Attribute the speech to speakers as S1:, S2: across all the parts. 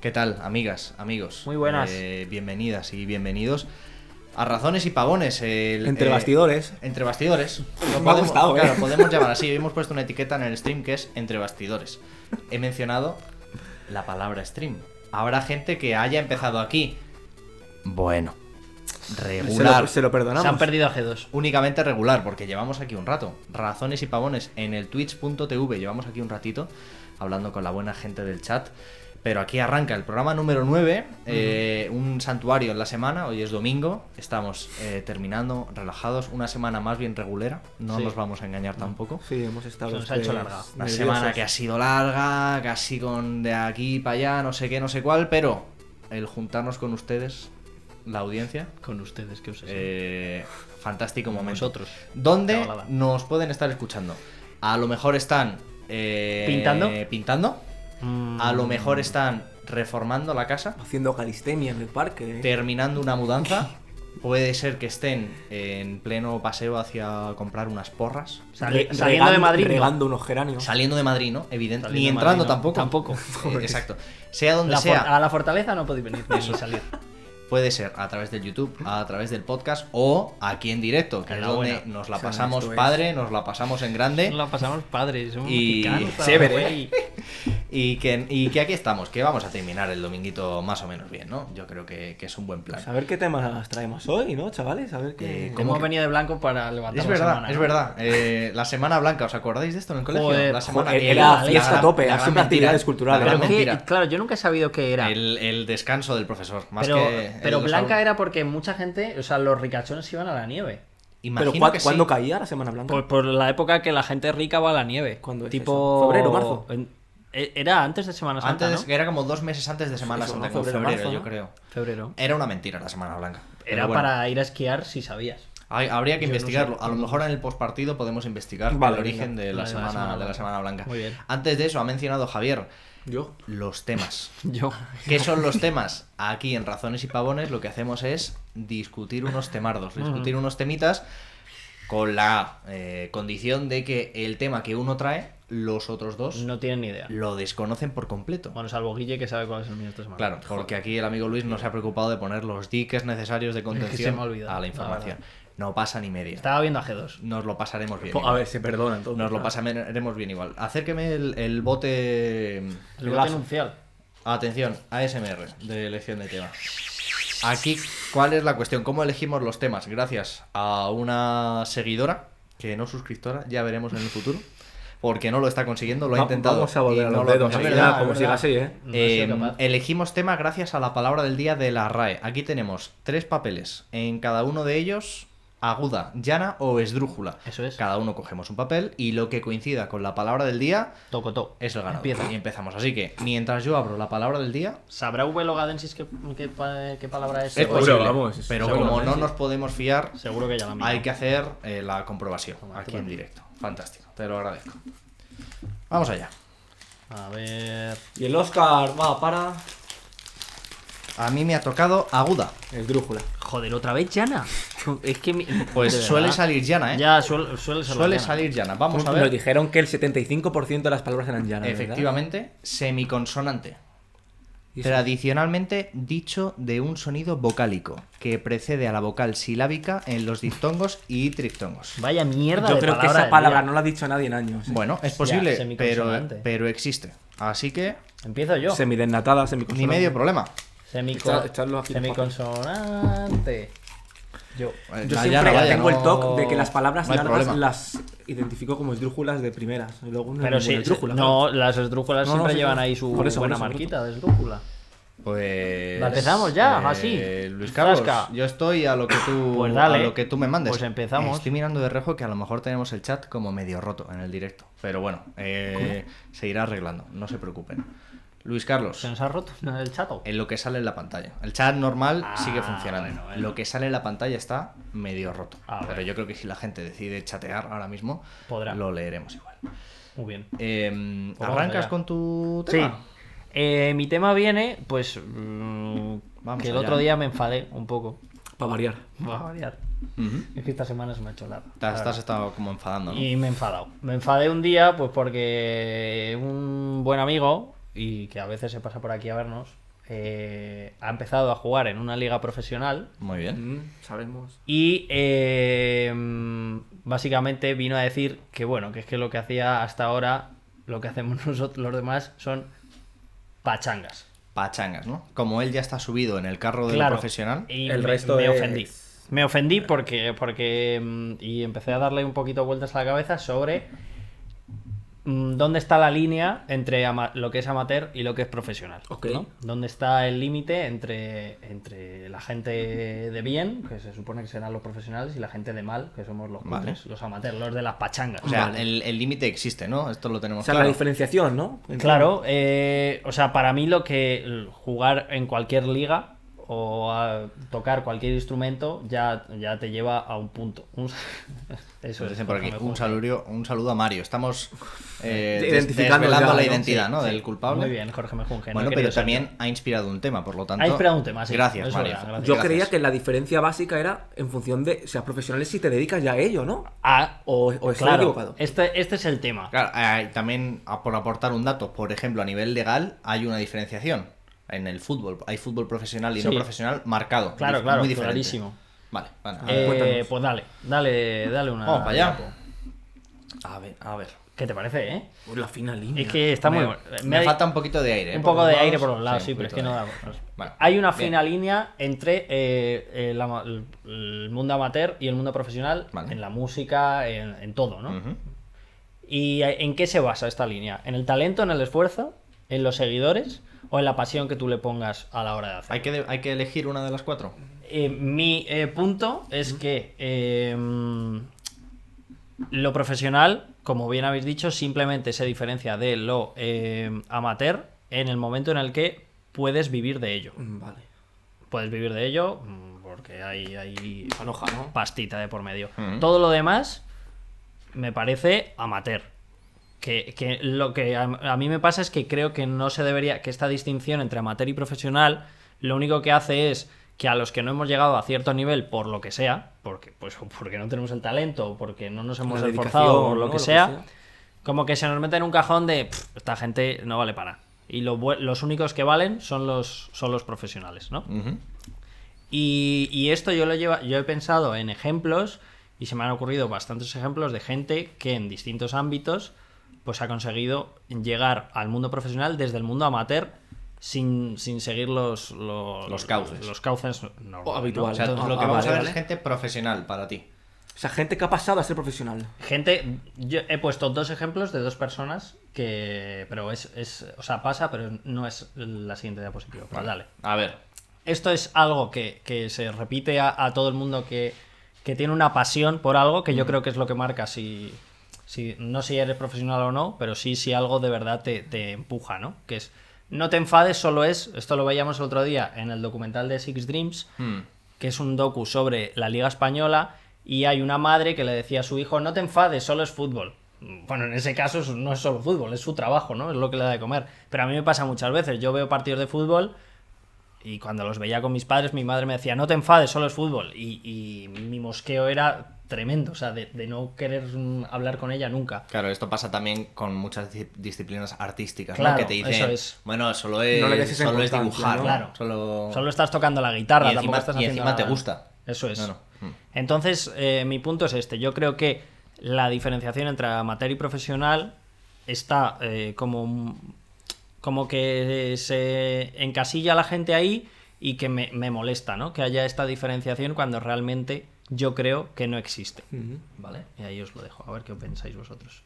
S1: ¿Qué tal, amigas, amigos?
S2: Muy buenas.
S1: Eh, bienvenidas y bienvenidos a Razones y Pavones. el-
S3: Entre
S1: eh,
S3: bastidores.
S1: Entre bastidores. Lo
S3: Me ha gustado, ¿eh?
S1: claro, podemos llamar así. Hemos puesto una etiqueta en el stream que es entre bastidores. He mencionado la palabra stream. Habrá gente que haya empezado aquí. Bueno, regular.
S3: Se lo- se lo perdonamos.
S4: Se han perdido a G2.
S1: únicamente regular, porque llevamos aquí un rato. Razones y pavones en el twitch.tv, llevamos aquí un ratito hablando con la buena gente del chat. Pero aquí arranca el programa número 9, eh, un santuario en la semana, hoy es domingo, estamos eh, terminando relajados, una semana más bien regulera, no
S4: Sí. Mm.
S1: nos vamos a engañar tampoco.
S3: Sí, hemos estado.
S4: Se nos ha hecho
S3: este,
S4: larga.
S1: Una
S3: nerviosos.
S1: semana que ha sido larga, casi con de aquí para allá, no sé qué, no sé cuál, pero el juntarnos con ustedes, la audiencia,
S4: Con ustedes, que os
S1: eh, fantástico
S4: Como
S1: momento.
S4: nosotros. De
S1: ¿Dónde
S4: volada.
S1: nos pueden estar escuchando? A lo mejor están eh,
S4: ¿Pintando?
S1: pintando.
S4: Mm,
S1: A lo mejor están reformando la casa,
S3: Haciendo calistenia en el parque. ¿eh?
S1: terminando una mudanza. Puede ser que estén en pleno paseo hacia comprar unas porras.
S4: Sali-
S3: Re-
S4: saliendo de
S3: regan-
S4: Madrid. no.
S3: Regando unos geranios.
S1: Saliendo de Madrid, ¿no? Evidente.
S4: Saliendo
S1: Ni
S4: de
S1: entrando
S4: Madrid, no.
S1: tampoco.
S4: Tampoco.
S1: Eh, exacto. Sea donde
S4: La for-
S1: sea.
S4: a la fortaleza no podéis venir ni salir.
S1: Puede ser a través del YouTube, a través del podcast o aquí en directo, que
S4: En
S1: es
S4: la
S1: donde
S4: buena.
S1: nos la
S3: O sea,
S1: pasamos
S3: esto es-
S1: padre, nos la pasamos en grande.
S4: Nos la pasamos padres. Somos
S1: Y-
S4: mexicanos,
S3: Severe.
S4: güey.
S1: Y que, y que aquí estamos, que vamos a terminar el dominguito más o menos bien, ¿no? Yo creo que, que es un buen plan.
S3: Pues a ver qué temas traemos hoy, ¿no, chavales? A ver qué.
S1: Eh, ¿cómo
S4: Hemos
S1: que-
S4: venido de blanco para levantar
S1: Es
S4: la
S1: verdad,
S4: semana,
S1: es
S4: ¿no?
S1: verdad. Eh, la semana blanca, ¿os acordáis de esto en el colegio?
S4: Joder,
S1: la semana
S3: joder,
S1: que
S3: era
S1: la
S3: fiesta
S1: gran-
S3: a tope,
S1: la
S3: hacían
S1: gran
S3: actividades
S1: mentira,
S3: culturales.
S1: la gran
S4: Pero que-
S1: mentira.
S4: claro, yo nunca he sabido qué era.
S1: El, el descanso del profesor, más
S4: pero
S1: que el-
S4: pero
S1: los
S4: blanca
S1: alumnos.
S4: era porque mucha gente, o sea, los ricachones iban a la nieve.
S1: Imagino
S3: Pero ¿cuá-
S1: que sí.
S3: ¿cuándo caía la Semana Blanca?
S4: Pues Por, por la época que la gente rica va a la nieve.
S3: ¿Cuándo es
S4: tipo...
S3: eso? ¿Febrero, marzo?
S4: en- e- Era antes de Semana Santa,
S1: Antes,
S4: ¿no?
S1: Era como dos meses antes de Semana
S3: Eso,
S1: Santa,
S3: ¿no?
S1: como febrero,
S3: Febrero, marzo,
S1: yo
S3: ¿no?
S1: creo.
S4: Febrero.
S1: Era una mentira la semana blanca. pero
S4: Era
S1: bueno,
S4: para ir a esquiar si sabías.
S1: hay- habría que
S4: Yo no
S1: investigarlo.
S4: sé.
S1: A lo mejor en el postpartido podemos investigar
S3: Vale,
S1: el origen
S3: venga.
S1: de la,
S4: Vale,
S1: semana, de la semana blanca.
S4: Muy bien.
S1: Antes de eso ha mencionado Javier
S3: Yo.
S1: los temas.
S4: Yo.
S1: ¿Qué son los temas? Aquí en Razones y Pavones lo que hacemos es discutir unos temardos,
S4: Mm.
S1: discutir unos temitas con la eh, condición de que el tema que uno trae, los otros dos
S4: No tienen ni idea.
S1: lo desconocen por completo.
S4: Bueno, salvo Guille que sabe cuál es el mío esta semana.
S1: Claro, porque aquí el amigo Luis no se ha preocupado de poner los diques necesarios de contención
S4: me ha olvidado,
S1: a la
S4: la
S1: información.
S4: verdad.
S1: no pasa ni media.
S4: Estaba viendo a G2.
S1: Nos lo pasaremos bien.
S3: A
S1: igual.
S3: ver, se perdona entonces.
S1: Nos lo pasaremos bien igual. Acérqueme el, el bote...
S4: El bote
S3: brazo.
S4: nupcial.
S1: Atención, ASMR de elección de tema. Aquí, ¿cuál es la cuestión? ¿Cómo elegimos los temas? Gracias a una seguidora, que no suscriptora, ya veremos en el futuro, porque no lo está consiguiendo, lo ha
S3: Va-
S1: intentado.
S3: Vamos a volver
S1: y
S3: a
S1: no
S3: los
S1: lo ha
S3: dedos.
S1: conseguido.
S3: ¿eh?
S4: verdad,
S3: Ya,
S4: es
S3: Como
S4: verdad.
S3: siga así, ¿eh?
S4: No he sido
S1: Eh,
S4: capaz.
S1: elegimos tema gracias a la palabra del día de la RAE. Aquí tenemos tres papeles. En cada uno de ellos, aguda, llana o esdrújula.
S4: Eso es.
S1: Cada uno cogemos un papel y lo que coincida con la palabra del día
S4: Tocotó.
S1: es el ganador.
S4: Empieza.
S1: Y empezamos. Así que mientras yo abro la palabra del día,
S4: ¿Sabrá V. Logadensis qué, qué pa- qué palabra es?
S1: Es
S3: Seguro,
S1: posible,
S3: vamos,
S1: pero
S3: seguro.
S1: como no nos podemos fiar,
S4: Seguro que ya la mía.
S1: hay que hacer eh, la comprobación
S4: Toma,
S1: aquí
S4: toma.
S1: en directo. Fantástico, te lo agradezco. Vamos allá.
S4: A ver.
S3: Y el Oscar va para.
S1: A mí me ha tocado aguda.
S3: El Drújula.
S4: Joder, otra vez Yana. Es que. mi-
S1: Pues
S4: de verdad.
S1: suele salir llana, ¿eh?
S4: Ya, suel- suele salir.
S1: suele
S4: Yana.
S1: salir llana. Vamos a
S3: Nos
S1: ver.
S3: dijeron que el 75% de las palabras eran llanas. ¿verdad?
S1: Efectivamente, semiconsonante.
S3: Y eso-
S1: Tradicionalmente dicho de un sonido vocálico que precede a la vocal silábica en los diptongos y triptongos.
S4: Vaya mierda.
S3: Yo
S4: de
S3: creo que
S4: palabra
S3: esa
S4: del
S3: palabra
S4: día.
S3: no la ha dicho nadie en años. ¿eh?
S1: Bueno, es posible, pero,
S4: semiconsonante.
S1: pero existe. Así que
S4: Empiezo yo.
S3: Semidesnatada,
S1: ni
S3: semiconsonante.
S1: medio problema.
S4: Semico-
S3: Echa- echadlo aquí.
S4: Semiconsonante. Yo.
S3: Yo
S1: La
S3: siempre
S1: llana, vaya,
S3: tengo
S1: no-
S3: el toque de que las palabras
S1: no hay
S3: largas
S1: problema.
S3: las identifico como esdrújulas de primeras. y Luego no
S4: Pero
S3: es
S4: sí,
S3: ninguna esdrújula,
S4: no, las esdrújulas
S3: No, no,
S4: siempre
S3: sí,
S4: llevan
S3: sí.
S4: ahí su
S3: Por eso, por
S4: buena
S3: eso, por
S4: marquita de esdrújula.
S1: Pues. eh,
S4: La empezamos ya, así.
S1: Luis Carlos,
S4: Zasca.
S1: yo estoy a lo que tú
S4: Pues dale.
S1: a lo que tú me mandes.
S4: Pues empezamos.
S1: Estoy mirando de rejo que a lo mejor tenemos el chat como medio roto en el directo, pero bueno, eh, se irá arreglando, no se preocupen. Luis Carlos,
S4: Se nos ha roto el chato.
S1: en lo que sale en la pantalla. El chat normal
S4: Ah,
S1: sigue funcionando.
S4: bueno, bueno.
S1: Lo que sale en la pantalla está medio roto.
S4: Ah,
S1: pero
S4: bueno.
S1: yo creo que si la gente decide chatear ahora mismo,
S4: Podrá.
S1: lo leeremos igual.
S4: Muy bien.
S1: Eh,
S4: Pues vamos
S1: ¿Arrancas
S4: allá.
S1: con tu
S4: Sí.
S1: tema?
S4: Eh, mi tema viene, pues. mm,
S1: Vamos
S4: que el
S1: allá.
S4: otro día me enfadé un poco.
S3: Para variar.
S4: Va a variar.
S1: Ujú.
S4: Es que esta semana es una cholada.
S1: Te has, te
S4: Claro.
S1: has estado como enfadando, ¿no?
S4: Y me he enfadado. Me enfadé un día, pues porque un buen amigo, y que a veces se pasa por aquí a vernos, eh, ha empezado a jugar en una liga profesional
S1: Muy bien.
S3: Mm, sabemos.
S4: y eh, mm, básicamente vino a decir que bueno, que es que lo que hacía hasta ahora, lo que hacemos nosotros los demás son pachangas.
S1: Pachangas, ¿no? Como él ya está subido en el carro del
S4: Claro.
S1: profesional.
S4: Y
S3: El
S4: me,
S3: resto
S4: me
S3: es-
S4: ofendí. Me ofendí porque, porque mm, y empecé a darle un poquito vueltas a la cabeza sobre mm, dónde está la línea entre ama- lo que es amateur y lo que es profesional.
S3: Ok.
S4: ¿no? ¿Dónde está el límite entre, entre la gente de bien, que se supone que serán los profesionales, y la gente de mal, que somos los
S1: Vale.
S4: cutres, los amateurs, los de las pachangas?
S1: O sea, eh,
S3: Vale.
S1: el el límite existe, ¿no? Esto lo tenemos
S3: O sea, la
S1: claro.
S3: diferenciación, ¿no? Entiendo.
S4: Claro, eh, o sea, para mí lo que l- jugar en cualquier liga o a tocar cualquier instrumento ya, ya te lleva a un punto. Un- Eso
S1: Nos
S4: es.
S1: dicen Pues por aquí,
S4: déjame
S1: un
S4: jugar.
S1: saludo, un saludo a Mario. Estamos eh, des-
S3: Identificando
S1: desvelando
S3: ya,
S1: la
S3: ¿no?
S1: identidad
S3: Sí,
S1: ¿no?
S4: Sí,
S1: del culpable.
S4: Muy bien, Jorge Mejunge. no
S1: Bueno,
S4: he
S1: pero
S4: querido ser
S1: también ha inspirado un tema, por lo tanto.
S4: Ha inspirado un tema, sí.
S1: Gracias,
S4: Eso
S1: Mario.
S4: era, gracias.
S3: Yo creía que la diferencia básica era en función de seas profesional si te dedicas ya a ello, ¿no?
S4: yo. Ah,
S3: O, o estoy
S4: claro,
S3: equivocado.
S4: Este, este es el
S1: Pues
S4: tema.
S1: Claro, eh, también a- por aportar un dato, por ejemplo, a nivel legal hay una diferenciación en el fútbol. Hay fútbol profesional y no
S4: Sí.
S1: profesional marcado.
S4: Claro,
S1: dif-
S4: claro,
S1: muy diferente.
S4: clarísimo.
S1: Vale, vale.
S3: Ah,
S4: Eh,
S3: cuéntanos.
S4: pues dale, dale, dale una.
S1: Vamos para allá. A ver, a ver.
S4: ¿Qué te parece, eh?
S3: Uy, La fina línea.
S4: Es que está muy. bueno.
S1: Me,
S4: ha-
S1: falta un poquito de aire. ¿eh?
S4: Un
S1: por
S4: poco
S1: los
S4: de
S1: lados.
S4: aire por los lados, sí,
S1: un
S4: pero es que
S1: poquito
S4: no
S1: de
S4: da.
S1: aire. Vale,
S4: Hay una
S1: bien.
S4: fina línea entre eh, el, ama- el- el mundo amateur y el mundo profesional
S1: Vale.
S4: en la música, en, en todo, ¿no?
S1: Ujú.
S4: ¿Y en qué se basa esta línea? ¿En el talento, en el esfuerzo, en los seguidores o en la pasión que tú le pongas a la hora de hacer?
S1: ¿Hay, que de- hay que elegir una de las cuatro.
S4: Eh, mi eh, punto es que eh, mm, lo profesional, como bien habéis dicho, simplemente se diferencia de lo eh, amateur en el momento en el que puedes vivir de ello.
S3: Mm, Vale.
S4: Puedes vivir de ello mm, porque hay, hay
S3: Panoja, ¿no?
S4: pastita de por medio.
S1: Ujú.
S4: Todo lo demás me parece amateur. Que, que lo que a, a mí me pasa es que creo que no se debería, que esta distinción entre amateur y profesional lo único que hace es que a los que no hemos llegado a cierto nivel por lo que sea, porque, pues, o porque no tenemos el talento, o porque no nos hemos
S3: La
S4: esforzado o
S3: dedicación,
S4: lo
S3: ¿no?
S4: que sea, como que se nos mete en un cajón de "Pff, esta gente no vale para. Y lo bu- los únicos que valen son los, son los profesionales, ¿no?
S1: Ujú.
S4: Y, y esto yo lo lleva, yo he pensado en ejemplos y se me han ocurrido bastantes ejemplos de gente que en distintos ámbitos pues ha conseguido llegar al mundo profesional desde el mundo amateur sin, sin seguir los, los,
S1: Los cauces.
S4: los cauces normales,
S3: O habituales.
S1: O sea,
S3: Entonces,
S1: lo que
S3: ah,
S1: vamos
S3: vale,
S1: a ver
S3: vale.
S1: es gente profesional para ti.
S3: O sea, gente que ha pasado a ser profesional.
S4: ¿no? Gente, yo he puesto dos ejemplos de dos personas que, pero es, es o sea, pasa, pero no es la siguiente diapositiva. Pues dale.
S1: A ver.
S4: esto es algo que, que se repite a, a todo el mundo que, que tiene una pasión por algo, que yo creo que es lo que marca si, si no si eres profesional o no, pero sí si algo de verdad te, te empuja, ¿no? Que es, no te enfades, solo es, esto lo veíamos el otro día en el documental de Six Dreams,
S1: Hmm.
S4: que es un docu sobre la Liga Española, y hay una madre que le decía a su hijo, no te enfades, solo es fútbol. Bueno, en ese caso es- no es solo fútbol, es su trabajo, ¿no? Es lo que le da de comer. Pero a mí me pasa muchas veces, yo veo partidos de fútbol y cuando los veía con mis padres, mi madre me decía, no te enfades, solo es fútbol. Y, y mi mosqueo era tremendo, o sea, de, de no querer mm, hablar con ella nunca.
S1: Claro, esto pasa también con muchas dis- disciplinas artísticas, ¿no?
S4: Claro,
S1: Que te dicen,
S4: eso es.
S1: bueno, solo es,
S3: No le des esa
S1: solo es
S3: importancia,
S1: dibujar,
S3: ¿no?
S4: Ah, Claro.
S1: Solo...
S4: Solo estás tocando la guitarra,
S1: Y
S4: tampoco
S1: encima-
S4: estás
S1: y
S4: haciendo
S1: encima
S4: nada.
S1: te gusta.
S4: Eso es.
S1: No, no. Mm.
S4: Entonces, eh, mi punto es este. Yo creo que la diferenciación entre amateur y profesional está eh, como un- como que se encasilla a la gente ahí y que me, me molesta, ¿no? Que haya esta diferenciación cuando realmente yo creo que no existe.
S3: Ujú.
S4: Vale, y ahí os lo dejo. A ver qué pensáis vosotros.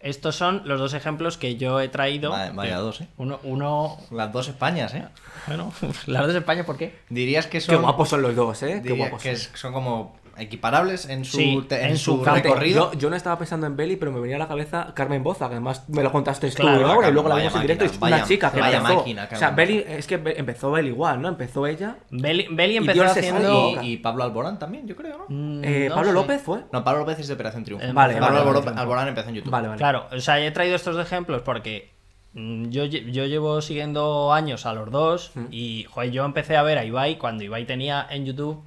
S4: Estos son los dos ejemplos que yo he traído.
S1: Vaya- vaya dos, ¿eh?
S4: Uno, uno,
S1: Las dos Españas, ¿eh?
S4: bueno, las dos España, ¿por qué?
S1: Dirías que
S3: Qué
S1: son...
S3: guapos son los dos, ¿eh? Qué
S1: diría
S3: guapos
S1: que
S3: son.
S1: es- son como equiparables en su,
S4: Sí,
S1: te- en
S4: en
S1: su,
S4: su campo.
S1: recorrido.
S3: Yo, yo no estaba pensando en Belly, pero me venía a la cabeza Carmen Boza, que además me lo contaste tú
S4: Claro,
S3: ahora, y luego la
S1: vaya
S3: vimos en directo. y es
S1: máquina, vaya-
S3: una chica que
S1: vaya
S3: empezó.
S1: máquina,
S3: o sea,
S1: Carmen.
S3: Belly, es que Be- empezó Belly igual, ¿no? Empezó ella.
S4: Beli, Beli
S3: Y
S4: empezó
S3: Dios se
S4: haciendo.
S1: y, y Pablo Alborán también, yo creo, ¿no?
S4: Mm,
S3: Eh,
S4: no
S3: Pablo
S4: sé.
S3: López fue.
S1: No, Pablo López es de Operación Triunfo.
S4: Eh,
S3: Vale,
S1: Pablo
S3: vale,
S1: Albor-
S3: vale.
S1: Alborán empezó en YouTube.
S3: Vale, vale.
S4: Claro, o sea, he traído estos dos ejemplos porque mm, yo, lle- yo llevo siguiendo años a los dos y, joder, yo empecé a ver a Ibai cuando Ibai tenía en YouTube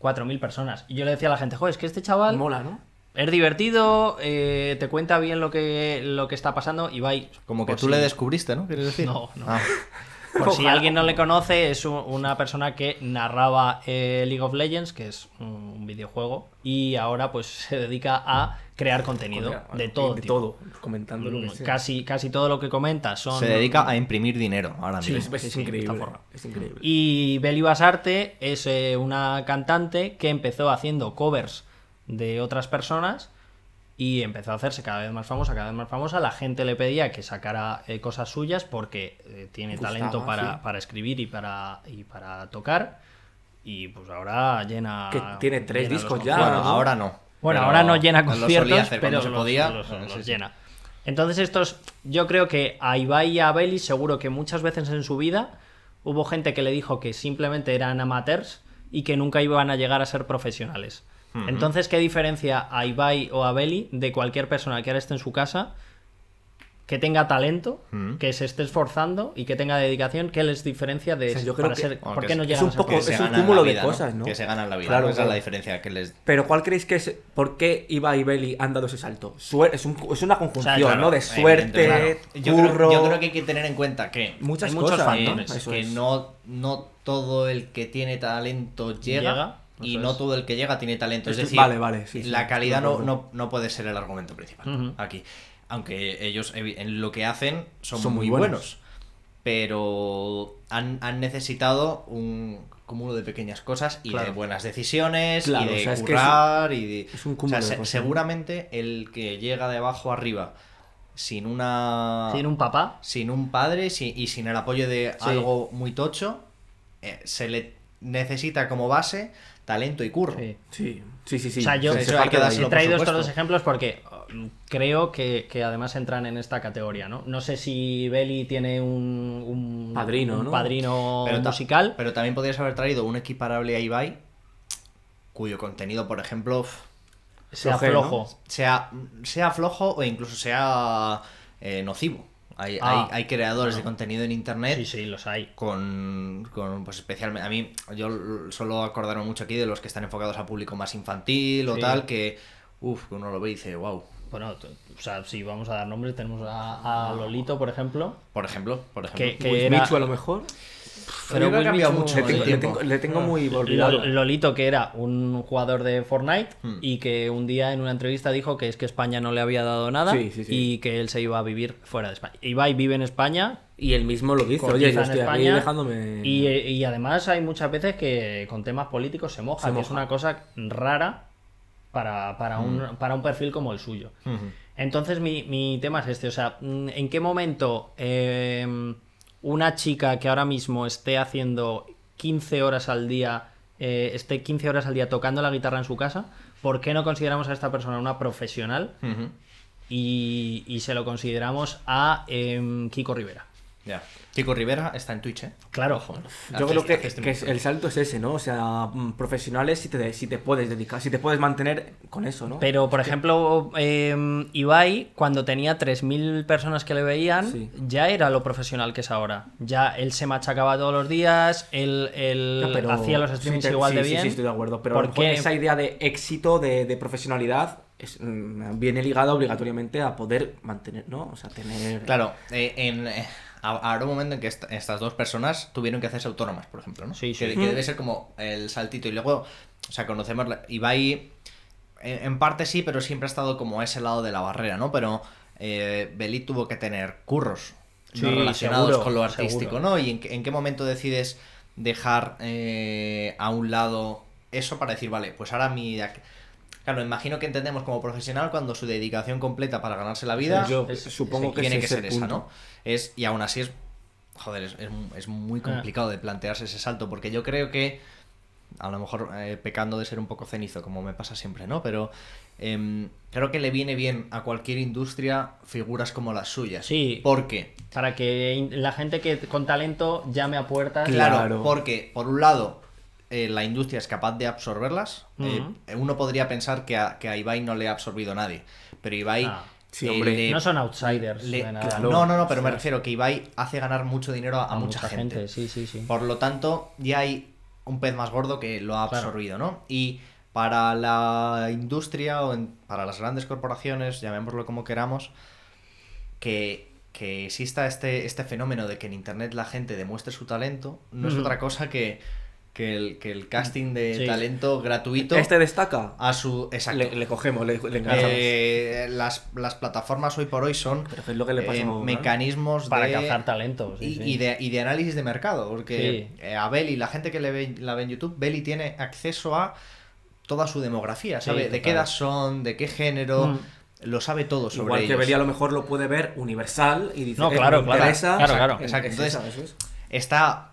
S4: 4.000 personas. Y yo le decía a la gente, joder, es que este chaval
S3: Mola, ¿no?
S4: es divertido, eh, te cuenta bien lo que, lo que está pasando. Ibai.
S1: Como que
S4: pues
S1: tú
S4: sí.
S1: le descubriste, ¿no? ¿Quieres decir?
S4: No, no.
S1: Ah,
S4: Por si
S3: Ojalá.
S4: alguien no le conoce, es u- una persona que narraba eh, League of Legends, que es un videojuego, y ahora pues se dedica a crear contenido
S3: Joder,
S4: de
S3: bueno,
S4: todo.
S3: De
S4: tipo. Mm,
S3: todo. Comentando lo que sea.
S4: Casi, casi todo lo que comenta son...
S1: Se dedica a imprimir dinero ahora
S4: Sí,
S1: mismo.
S3: Es, es
S4: sí, sí, está
S3: increíble.
S4: forrado.
S3: Es increíble.
S4: Y Beli Basarte es eh, una cantante que empezó haciendo covers de otras personas y empezó a hacerse cada vez más famosa, cada vez más famosa. La gente le pedía que sacara eh, cosas suyas porque eh, tiene
S3: Gustaba,
S4: talento para,
S3: sí.
S4: para escribir y para, y para tocar. Y pues ahora llena.
S3: Que tiene tres
S4: llena los
S3: discos pues ya,
S4: conciertos.
S1: Bueno,
S3: ¿no?
S1: ahora no.
S4: Bueno,
S1: Pero
S4: ahora no llena
S1: lo solía
S4: conciertos,
S1: hacer cuando
S4: pero
S1: se
S4: los-
S1: podía.
S4: los, los
S1: Sí, sí.
S4: llena. Entonces estos, yo creo que a Ibai y a Bailey seguro que muchas veces en su vida hubo gente que le dijo que simplemente eran amateurs y que nunca iban a llegar a ser profesionales. Entonces, ¿qué diferencia a Ibai o a Bailey de cualquier persona que ahora esté en su casa, que tenga talento,
S1: Ujú.
S4: que se esté esforzando y que tenga dedicación? ¿Qué les diferencia de
S3: O sea, yo creo
S4: para
S3: que-
S4: ser-
S1: Bueno,
S4: ¿Por
S1: que
S4: qué no
S1: es-
S4: llegan
S3: un
S4: a ser
S3: poco-
S1: Que se
S4: profesionales?
S3: es un
S1: ganan la
S3: cúmulo de
S1: vida, ¿no?
S3: cosas, ¿no?
S1: Que se ganan la vida.
S3: Claro,
S1: ¿no? Esa es la
S3: claro.
S1: diferencia que les.
S3: Pero ¿cuál creéis que es? ¿Por qué Iba y Belly han dado ese salto? Suer- es, un- es una conjunción,
S4: O sea, claro,
S3: ¿no? De Pues, suerte,
S1: Evidente, claro. yo,
S3: curro...
S1: creo, yo creo que hay que tener en cuenta que
S3: Muchas
S1: hay muchos
S3: cosas, ¿no?
S1: factores,
S3: Eso
S1: que
S3: es.
S1: no, no todo el que tiene talento llega,
S4: Llega,
S1: y
S4: eso
S1: no
S4: es.
S1: todo el que llega tiene talento. Es
S3: Esto-
S1: decir,
S3: vale, vale, sí, sí,
S1: la calidad
S3: lo
S1: no,
S3: cojo.
S1: no, no puede ser el argumento principal
S4: Ujú.
S1: aquí. Aunque ellos evi- en lo que hacen son,
S3: Son
S1: muy
S3: muy
S1: buenos.
S3: buenos.
S1: Pero han, han necesitado un cúmulo de pequeñas cosas y de
S4: Claro.
S1: buenas decisiones
S3: Claro,
S1: y de
S3: o sea, es que es-
S1: currar y de...
S3: es un cúmulo
S1: o sea,
S3: de
S1: se-
S3: cosas.
S1: seguramente el que llega de abajo arriba sin una
S4: Tiene un papá
S1: sin un padre si- y sin el apoyo de
S4: Sí.
S1: algo muy tocho, eh, se le necesita como base talento y
S3: Ah.
S1: curro.
S4: Sí.
S3: Sí, sí, sí. sí.
S4: O sea, yo
S1: sí,
S3: Se-
S1: eso
S3: se
S1: hay
S3: parte
S1: que
S3: de ahí.
S1: dárselo,
S4: he
S1: por
S4: traído estos
S1: supuesto.
S4: dos ejemplos porque um, creo que, que además entran en esta categoría, ¿no? No sé si Beli tiene un, un-
S3: Padrino,
S4: un
S3: ¿no?
S4: padrino
S1: ta-
S4: musical.
S1: pero también podrías haber traído un equiparable a Ibai, cuyo contenido, por ejemplo, f-
S4: sea
S3: flojeo, ¿no?
S4: flojo.
S1: sea, sea flojo o incluso sea eh, nocivo. Hay,
S4: Ah.
S1: hay- hay creadores de contenido en
S3: Eh.
S1: internet
S4: Sí, sí, los hay.
S1: con, con, pues especialmente a mí yo l- solo acordarme mucho aquí de los que están enfocados a público más infantil o
S4: Sí.
S1: tal que uff uno lo ve y dice wow
S4: Bueno, t- o sea, si vamos a dar nombres, tenemos a, a Lolito, por ejemplo.
S1: por ejemplo por
S4: Que,
S1: ejemplo
S4: que
S3: Pues
S4: era-
S3: Michu a lo mejor.
S1: Pero
S4: Will
S1: ha cambiado
S4: Mitchell-
S1: mucho
S3: Le
S1: con el
S3: tengo, le
S1: tiempo.
S3: tengo, Ah. le tengo muy olvidado.
S4: Lo- Lolito, que era un jugador de Fortnite
S1: Hmm.
S4: y que un día en una entrevista dijo que es que España no le había dado nada
S3: Sí, sí, sí.
S4: y que él se iba a vivir fuera de España. Ibai vive en España,
S3: Y él mismo lo dice. Oye, yo
S4: cotiza en
S3: estoy aquí
S4: España.
S3: dejándome...
S4: Y, eh, y además hay muchas veces que con temas políticos se moja,
S3: Se
S4: que
S3: moja. Mm.
S4: es una cosa rara para, para un, para un perfil como el suyo.
S1: Ujú.
S4: Entonces mi, mi tema es este, o sea, mm, ¿en qué momento eh, una chica que ahora mismo esté haciendo 15 horas al día, eh, esté 15 horas al día tocando la guitarra en su casa, ¿por qué no consideramos a esta persona una profesional
S1: Ujú.
S4: y, y se lo consideramos a em, Kiko Rivera?
S1: ya Chico Rivera está en Twitch ¿eh?
S4: Claro,
S1: Haces-
S3: Yo creo
S4: Este
S3: que,
S1: haces
S3: que
S1: tiempo.
S3: el salto es ese, ¿no? O sea, mm, profesionales si te, si te puedes dedicar, si te puedes mantener con eso,
S1: Oh,
S3: ¿no?
S4: Pero, por ejemplo, eh, Ibai, cuando tenía 3.000 personas que le veían,
S3: Sí.
S4: ya era lo profesional que es ahora. Ya él se machacaba todos los días, él, él
S3: Ya, pero-
S4: hacía los
S3: sí,
S4: streamings
S3: te-
S4: igual
S3: sí,
S4: de
S3: sí,
S4: bien.
S3: Sí, estoy de acuerdo. Pero a lo
S4: ¿Por
S3: mejor
S4: qué?
S3: esa idea de éxito, de, de profesionalidad, es, mm, viene ligada obligatoriamente a poder mantener, ¿no? O sea, tener.
S1: claro eh, en eh, ha- habrá un momento en que est- estas dos personas tuvieron que hacerse autónomas por ejemplo ¿no?
S4: Sí, sí.
S1: Que, que debe ser como el saltito y luego o sea conocemos la- Ibai en, en parte sí pero siempre ha estado como a ese lado de la barrera ¿no? pero eh, Belí tuvo que tener curros no
S4: Sí,
S1: relacionados
S4: seguro,
S1: con lo artístico
S4: seguro.
S1: ¿no? y en, qué- en qué momento decides dejar eh, a un lado eso para decir vale pues ahora mi ac- Claro, imagino que entendemos como profesional cuando su dedicación completa para ganarse la vida
S3: Yo
S4: es-
S3: supongo
S1: Sí,
S3: que
S1: tiene
S3: ese
S1: que
S3: es
S1: ser
S3: el
S1: esa,
S3: punto.
S1: ¿no? Es, y aún así es. Joder, es, es mu- es
S4: Ah.
S1: muy complicado de plantearse ese salto, porque yo creo que. A lo mejor eh, pecando de ser un poco cenizo, como me pasa siempre, ¿no? Pero em, creo que le viene bien a cualquier industria figuras como las suyas.
S4: Sí.
S1: ¿Por qué?
S4: Para que in- la gente que con talento llame a puertas.
S1: Claro,
S3: Claro.
S1: porque por un lado eh, la industria es capaz de absorberlas. Eh, uno podría pensar que a, que a Ibai no le ha absorbido nadie, pero Ibai...
S4: Ah,
S3: sí,
S1: eh,
S3: hombre.
S1: le-
S4: No son outsiders.
S1: le-
S4: de nada.
S1: no, no, no, pero me refiero que Ibai hace ganar mucho dinero a, a mucha, gente.
S4: Sí, sí, sí.
S1: Por lo tanto, ya hay un pez más gordo que lo ha
S4: Claro.
S1: absorbido, ¿no? Y para la industria o en- para las grandes corporaciones, llamémoslo como queramos, que, que exista este, este fenómeno de que en internet la gente demuestre su talento no es
S4: Ujú.
S1: otra cosa que, que, el, que el casting de
S4: Sí.
S1: talento gratuito
S3: Este destaca.
S4: Ah,
S1: a su. Exacto.
S3: Le, le cogemos, le, le enganchamos.
S1: Eh, las, las plataformas hoy por hoy son
S3: Pero es lo que le pasa
S1: eh,
S3: a Google, ¿no?
S1: mecanismos
S4: Para
S1: de-
S4: cazar talentos. sí,
S1: y,
S4: sí.
S1: y de, y de análisis de mercado, porque eh, a Beli, la gente que le ve, la ve en YouTube, Beli tiene acceso a toda su demografía,
S4: Sí,
S1: sabe de qué
S4: total.
S1: edad son, de qué género,
S4: Mm.
S1: lo sabe todo sobre
S3: Igual que
S1: ellos.
S3: Beli a lo mejor lo puede ver universal y dice,
S4: No,
S3: "Eh,
S4: claro,
S3: me
S4: claro,
S3: interesa".
S4: claro, claro.
S1: Exacto,
S3: Es
S1: entonces-
S3: esa, eso es.
S1: Está,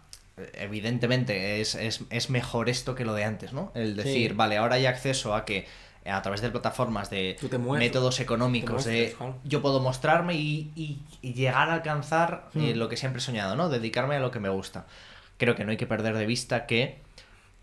S1: evidentemente, es, es- es mejor esto que lo de antes, ¿no? El decir,
S4: Sí.
S1: vale, ahora hay acceso a que a través de plataformas, de
S3: Tú te muestras,
S1: métodos económicos,
S3: te
S1: de
S3: muestras, claro.
S1: yo puedo mostrarme y, y- y llegar a alcanzar
S4: Hmm.
S1: eh, lo que siempre he soñado, ¿no? Dedicarme a lo que me gusta. Creo que no hay que perder de vista que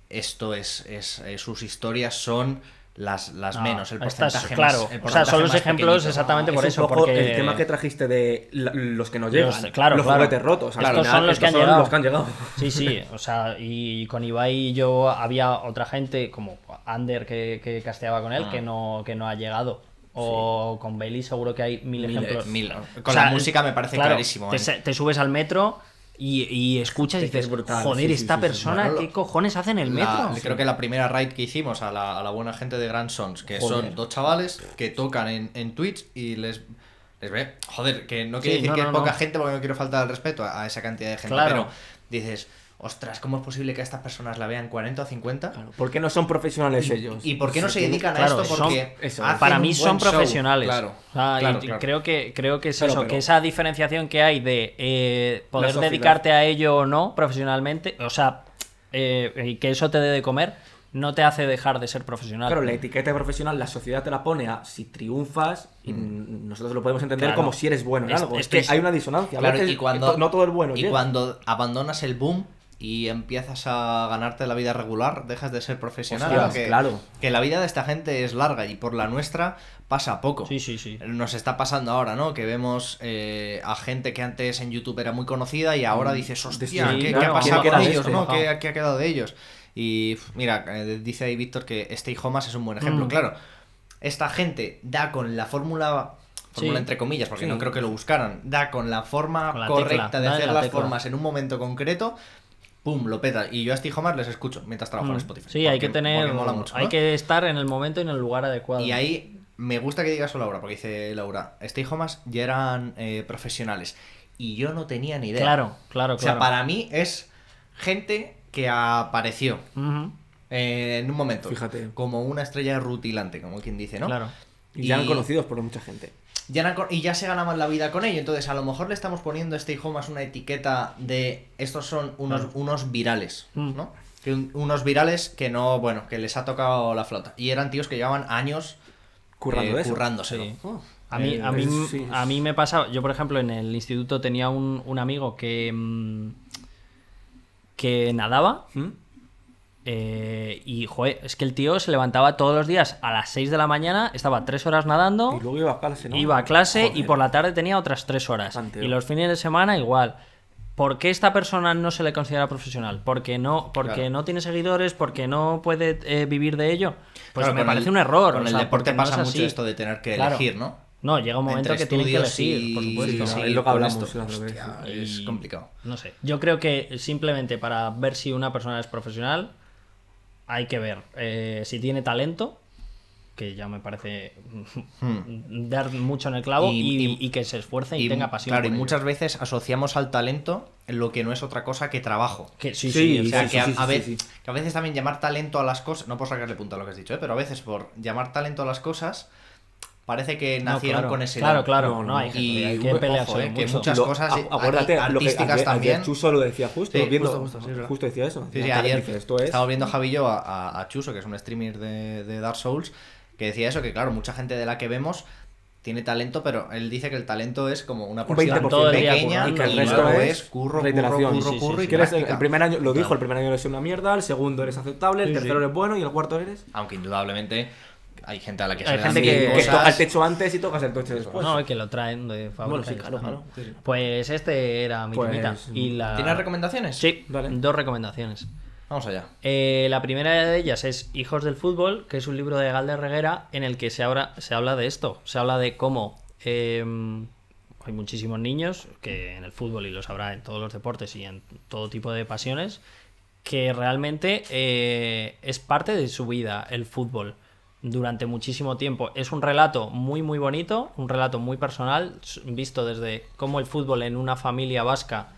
S1: esto es, es- eh, sus historias son las, las
S4: Ah,
S1: menos, el
S4: estas-
S1: porcentaje más-
S4: claro,
S1: el
S4: o sea, son
S1: porcentaje
S4: los
S1: más
S4: ejemplos
S1: pequeñito. Ah,
S4: exactamente por
S3: Es
S4: eso,
S3: un poco
S4: porque
S3: el tema que trajiste de la- los que nos llegan,
S4: Los- claro,
S3: los
S4: claro.
S3: juguetes rotos. al
S4: Estos
S3: final,
S4: son los que han
S3: estos
S4: llegado.
S3: los que han llegado.
S4: Sí, sí, o sea, y con Ibai y yo había otra gente, como Ander que, que casteaba con él,
S1: Ah.
S4: que no, que no ha llegado. O con Bailey seguro que hay mil
S1: Miles,
S4: ejemplos.
S1: mil. Con la música me parece clarísimo,
S4: Te,
S1: ¿eh?
S4: sa- te subes al metro y, y escuchas y
S3: Es que es
S4: dices,
S3: brutal,
S4: joder,
S3: sí, sí,
S4: esta
S3: sí, sí.
S4: persona,
S1: Manolo-
S4: ¿qué cojones hace en el
S1: La-
S4: metro?
S1: creo que la primera raid que hicimos a la, a la buena gente de Grand Sons, que son dos chavales que tocan en, en Twitch y les, les ve. Joder, que no quiere
S4: Sí,
S1: decir
S4: no,
S1: que
S4: no,
S1: es poca
S4: no.
S1: gente porque no quiero faltar al respeto a, a esa cantidad de gente,
S4: Claro.
S1: pero dices, ostras, ¿cómo es posible que a estas personas la vean 40 o 50?
S3: Claro, ¿Por qué no son profesionales ellos?
S1: ¿Y por qué no se
S3: tiene-
S1: dedican a
S4: claro,
S1: esto?
S4: son-
S1: Porque
S3: eso,
S1: hacen
S4: para
S1: un
S4: mí
S1: buen
S4: son
S1: show.
S4: profesionales.
S1: Claro,
S4: O sea, y
S1: claro, claro.
S4: Creo, que, creo que es
S3: Claro,
S4: eso,
S3: pero-
S4: que esa diferenciación que hay de eh, poder
S3: sociedad.
S4: dedicarte a ello o no profesionalmente, o sea, eh, y que eso te dé de comer, no te hace dejar de ser profesional.
S3: Claro, la etiqueta de profesional, la sociedad te la pone a si triunfas, y n- nosotros lo podemos entender
S4: Mm. Claro.
S3: como si eres bueno en
S4: Es-
S3: algo.
S4: es
S3: Es
S4: que
S3: que
S4: es-
S3: hay una disonancia. A
S1: Claro,
S3: veces
S1: y cuando,
S3: to- no todo el bueno. ¿eh?
S1: Y
S3: llega.
S1: cuando abandonas el boom y empiezas a ganarte la vida regular, dejas de ser profesional.
S3: Hostias,
S1: que,
S3: claro.
S1: que la vida de esta gente es larga y por la nuestra pasa poco.
S4: Sí, sí, sí.
S1: Nos está pasando ahora, ¿no? Que vemos eh, a gente que antes en YouTube era muy conocida y ahora dices, hostia,
S3: Sí,
S1: ¿qué, qué
S4: Mm, claro,
S1: ha pasado
S4: ¿qué
S1: con
S4: queda de
S1: ellos?
S4: esto?
S1: ¿no? ¿Qué, qué ha quedado de ellos? Y pf, mira, eh, dice ahí Víctor que este hijo más es un buen ejemplo.
S4: Mm.
S1: Claro, esta gente da con la fórmula, fórmula
S4: Sí.
S1: entre comillas, porque
S3: Sí.
S1: no creo que lo buscaran, da con la forma
S4: Con la
S1: correcta
S4: tecla,
S1: de
S4: dale
S1: hacer
S4: la
S1: las
S4: tecla.
S1: formas en un momento concreto, pum, lo peta. Y yo a Steve Homer les escucho mientras trabajo en
S4: Mm.
S1: Spotify.
S4: Sí, hay
S1: porque-
S4: que tener,
S1: porque mola mucho,
S4: hay
S1: ¿no?
S4: que estar en el momento y en el lugar adecuado.
S1: Y ahí me gusta que digas eso, Laura, porque dice Laura, Stay Homas ya eran eh, profesionales. Y yo no tenía ni idea.
S4: Claro, claro, claro.
S1: O sea, para mí es gente que apareció
S4: Ujú,
S1: eh, en un momento.
S3: Fíjate.
S1: Como una estrella rutilante, como quien dice, ¿no?
S4: Claro.
S3: Y ya
S1: y-
S3: eran conocidos por mucha gente.
S1: ya eran co- y ya se ganaban la vida con ello. Entonces, a lo mejor le estamos poniendo a Stay Homas una etiqueta de estos son unos, unos virales,
S4: Mm.
S1: ¿no? Que un- unos virales que no, bueno, que les ha tocado la flota. Y eran tíos que llevaban años
S3: Currando
S1: eh,
S3: eso.
S1: currándoselo.
S4: Sí. Oh, A mí,
S1: Eh,
S4: a, mí,
S3: sí, sí.
S4: a mí me pasa, yo por ejemplo en el instituto tenía un, un amigo que, mm, que nadaba
S3: ¿Mm?
S4: eh, y joder, es que el tío se levantaba todos los días a las 6 de la mañana, estaba tres horas nadando,
S3: Y luego iba a clase, ¿no?
S4: iba a clase y
S3: Joder.
S4: por la tarde tenía otras tres horas.
S3: Canteo.
S4: Y los fines de semana igual. ¿Por qué esta persona no se le considera profesional? Porque no, porque
S1: Claro.
S4: no tiene seguidores, porque no puede eh, vivir de ello. Pues
S1: Claro,
S4: me
S1: con
S4: parece
S1: el-
S4: un error.
S1: Con
S4: o
S1: el
S4: sea,
S1: deporte
S4: porque no
S1: pasa
S4: es
S1: mucho
S4: así.
S1: esto de tener que
S4: Claro.
S1: elegir, ¿no?
S4: No, llega un momento
S1: Entre
S4: que tienen que
S1: estudios
S4: elegir, por
S1: y-
S4: supuesto.
S3: Sí,
S1: y
S3: es lo que
S1: con
S3: hablamos
S1: esto.
S3: la otra vez.
S1: Hostia,
S4: Y-
S1: es complicado.
S4: No sé. Yo creo que simplemente para ver si una persona es profesional, hay que ver eh, si tiene talento, que ya me parece mm, dar mucho en el clavo,
S1: Y-
S4: y,
S1: y-
S4: y que se esfuerce y, tenga pasión.
S1: Claro, y
S4: por ello.
S1: muchas veces asociamos al talento lo que no es otra cosa que trabajo.
S4: Que, sí,
S3: Sí,
S4: sí, o
S1: O
S4: sea,
S1: sea,
S3: sí,
S1: que, a,
S3: sí,
S1: a
S3: sí,
S1: vez-
S3: sí.
S1: que a veces también llamar talento a las cosas, no por sacarle punto a lo que has dicho, ¿eh? pero a veces por llamar talento a las cosas parece que
S4: no,
S1: nacieron
S4: claro,
S1: con ese
S4: Claro,
S1: don.
S4: claro,
S3: No,
S4: no,
S3: no,
S4: hay, gente,
S1: y-
S4: hay que
S1: ojo,
S4: pelearse
S1: eh, que
S4: mucho.
S1: muchas
S3: Lo-
S1: cosas,
S3: a-
S1: sí,
S3: acuérdate,
S1: arti-
S3: a lo que
S1: artísticas
S3: ayer- ayer
S1: también.
S3: Chuso lo decía justo,
S1: Sí,
S3: viendo,
S1: justo, justo, sí, es verdad.
S3: decía eso.
S1: Sí, sí,
S3: Natalia
S1: ayer
S3: dice, esto es...
S1: estaba viendo Javillo a, a, a Chuso, que es un streamer de, de Dark Souls, que decía eso, que claro, mucha gente de la que vemos tiene talento, pero él dice que el talento es como una porción
S3: 20%
S1: todo
S4: del día
S1: pequeña
S4: currando,
S1: y
S4: y que el
S1: luego
S4: resto
S1: es
S3: es
S1: curro, curro,
S3: reiteración.
S1: curro,
S4: Sí, sí,
S1: curro
S4: sí,
S1: y
S4: sí.
S3: que eres el,
S1: práctica.
S3: el primer año, lo dijo, el primer año eres una mierda, el segundo eres aceptable, el tercero eres bueno y el cuarto eres...
S1: Aunque indudablemente hay gente a la que
S4: Hay
S1: le
S4: gente
S1: dan
S4: que-
S1: mil
S3: que
S1: cosas.
S3: toca el techo antes y tocas el techo después.
S4: No, que lo traen de fábrica.
S3: Bueno, sí,
S4: y ya
S3: claro,
S4: está, ¿no?
S3: claro. Sí, sí.
S4: Pues este era mi
S3: Pues,
S4: temita. Y la...
S1: ¿Tienes recomendaciones?
S4: Sí,
S3: Vale.
S4: dos recomendaciones.
S1: Vamos allá.
S4: Eh, la primera de ellas es Hijos del Fútbol, que es un libro de Galder Reguera en el que se, abra- se habla de esto. Se habla de cómo eh, hay muchísimos niños que en el fútbol y lo sabrá en todos los deportes y en todo tipo de pasiones que realmente eh, es parte de su vida el fútbol durante muchísimo tiempo. Es un relato muy muy bonito, un relato muy personal, s- visto desde cómo el fútbol en una familia vasca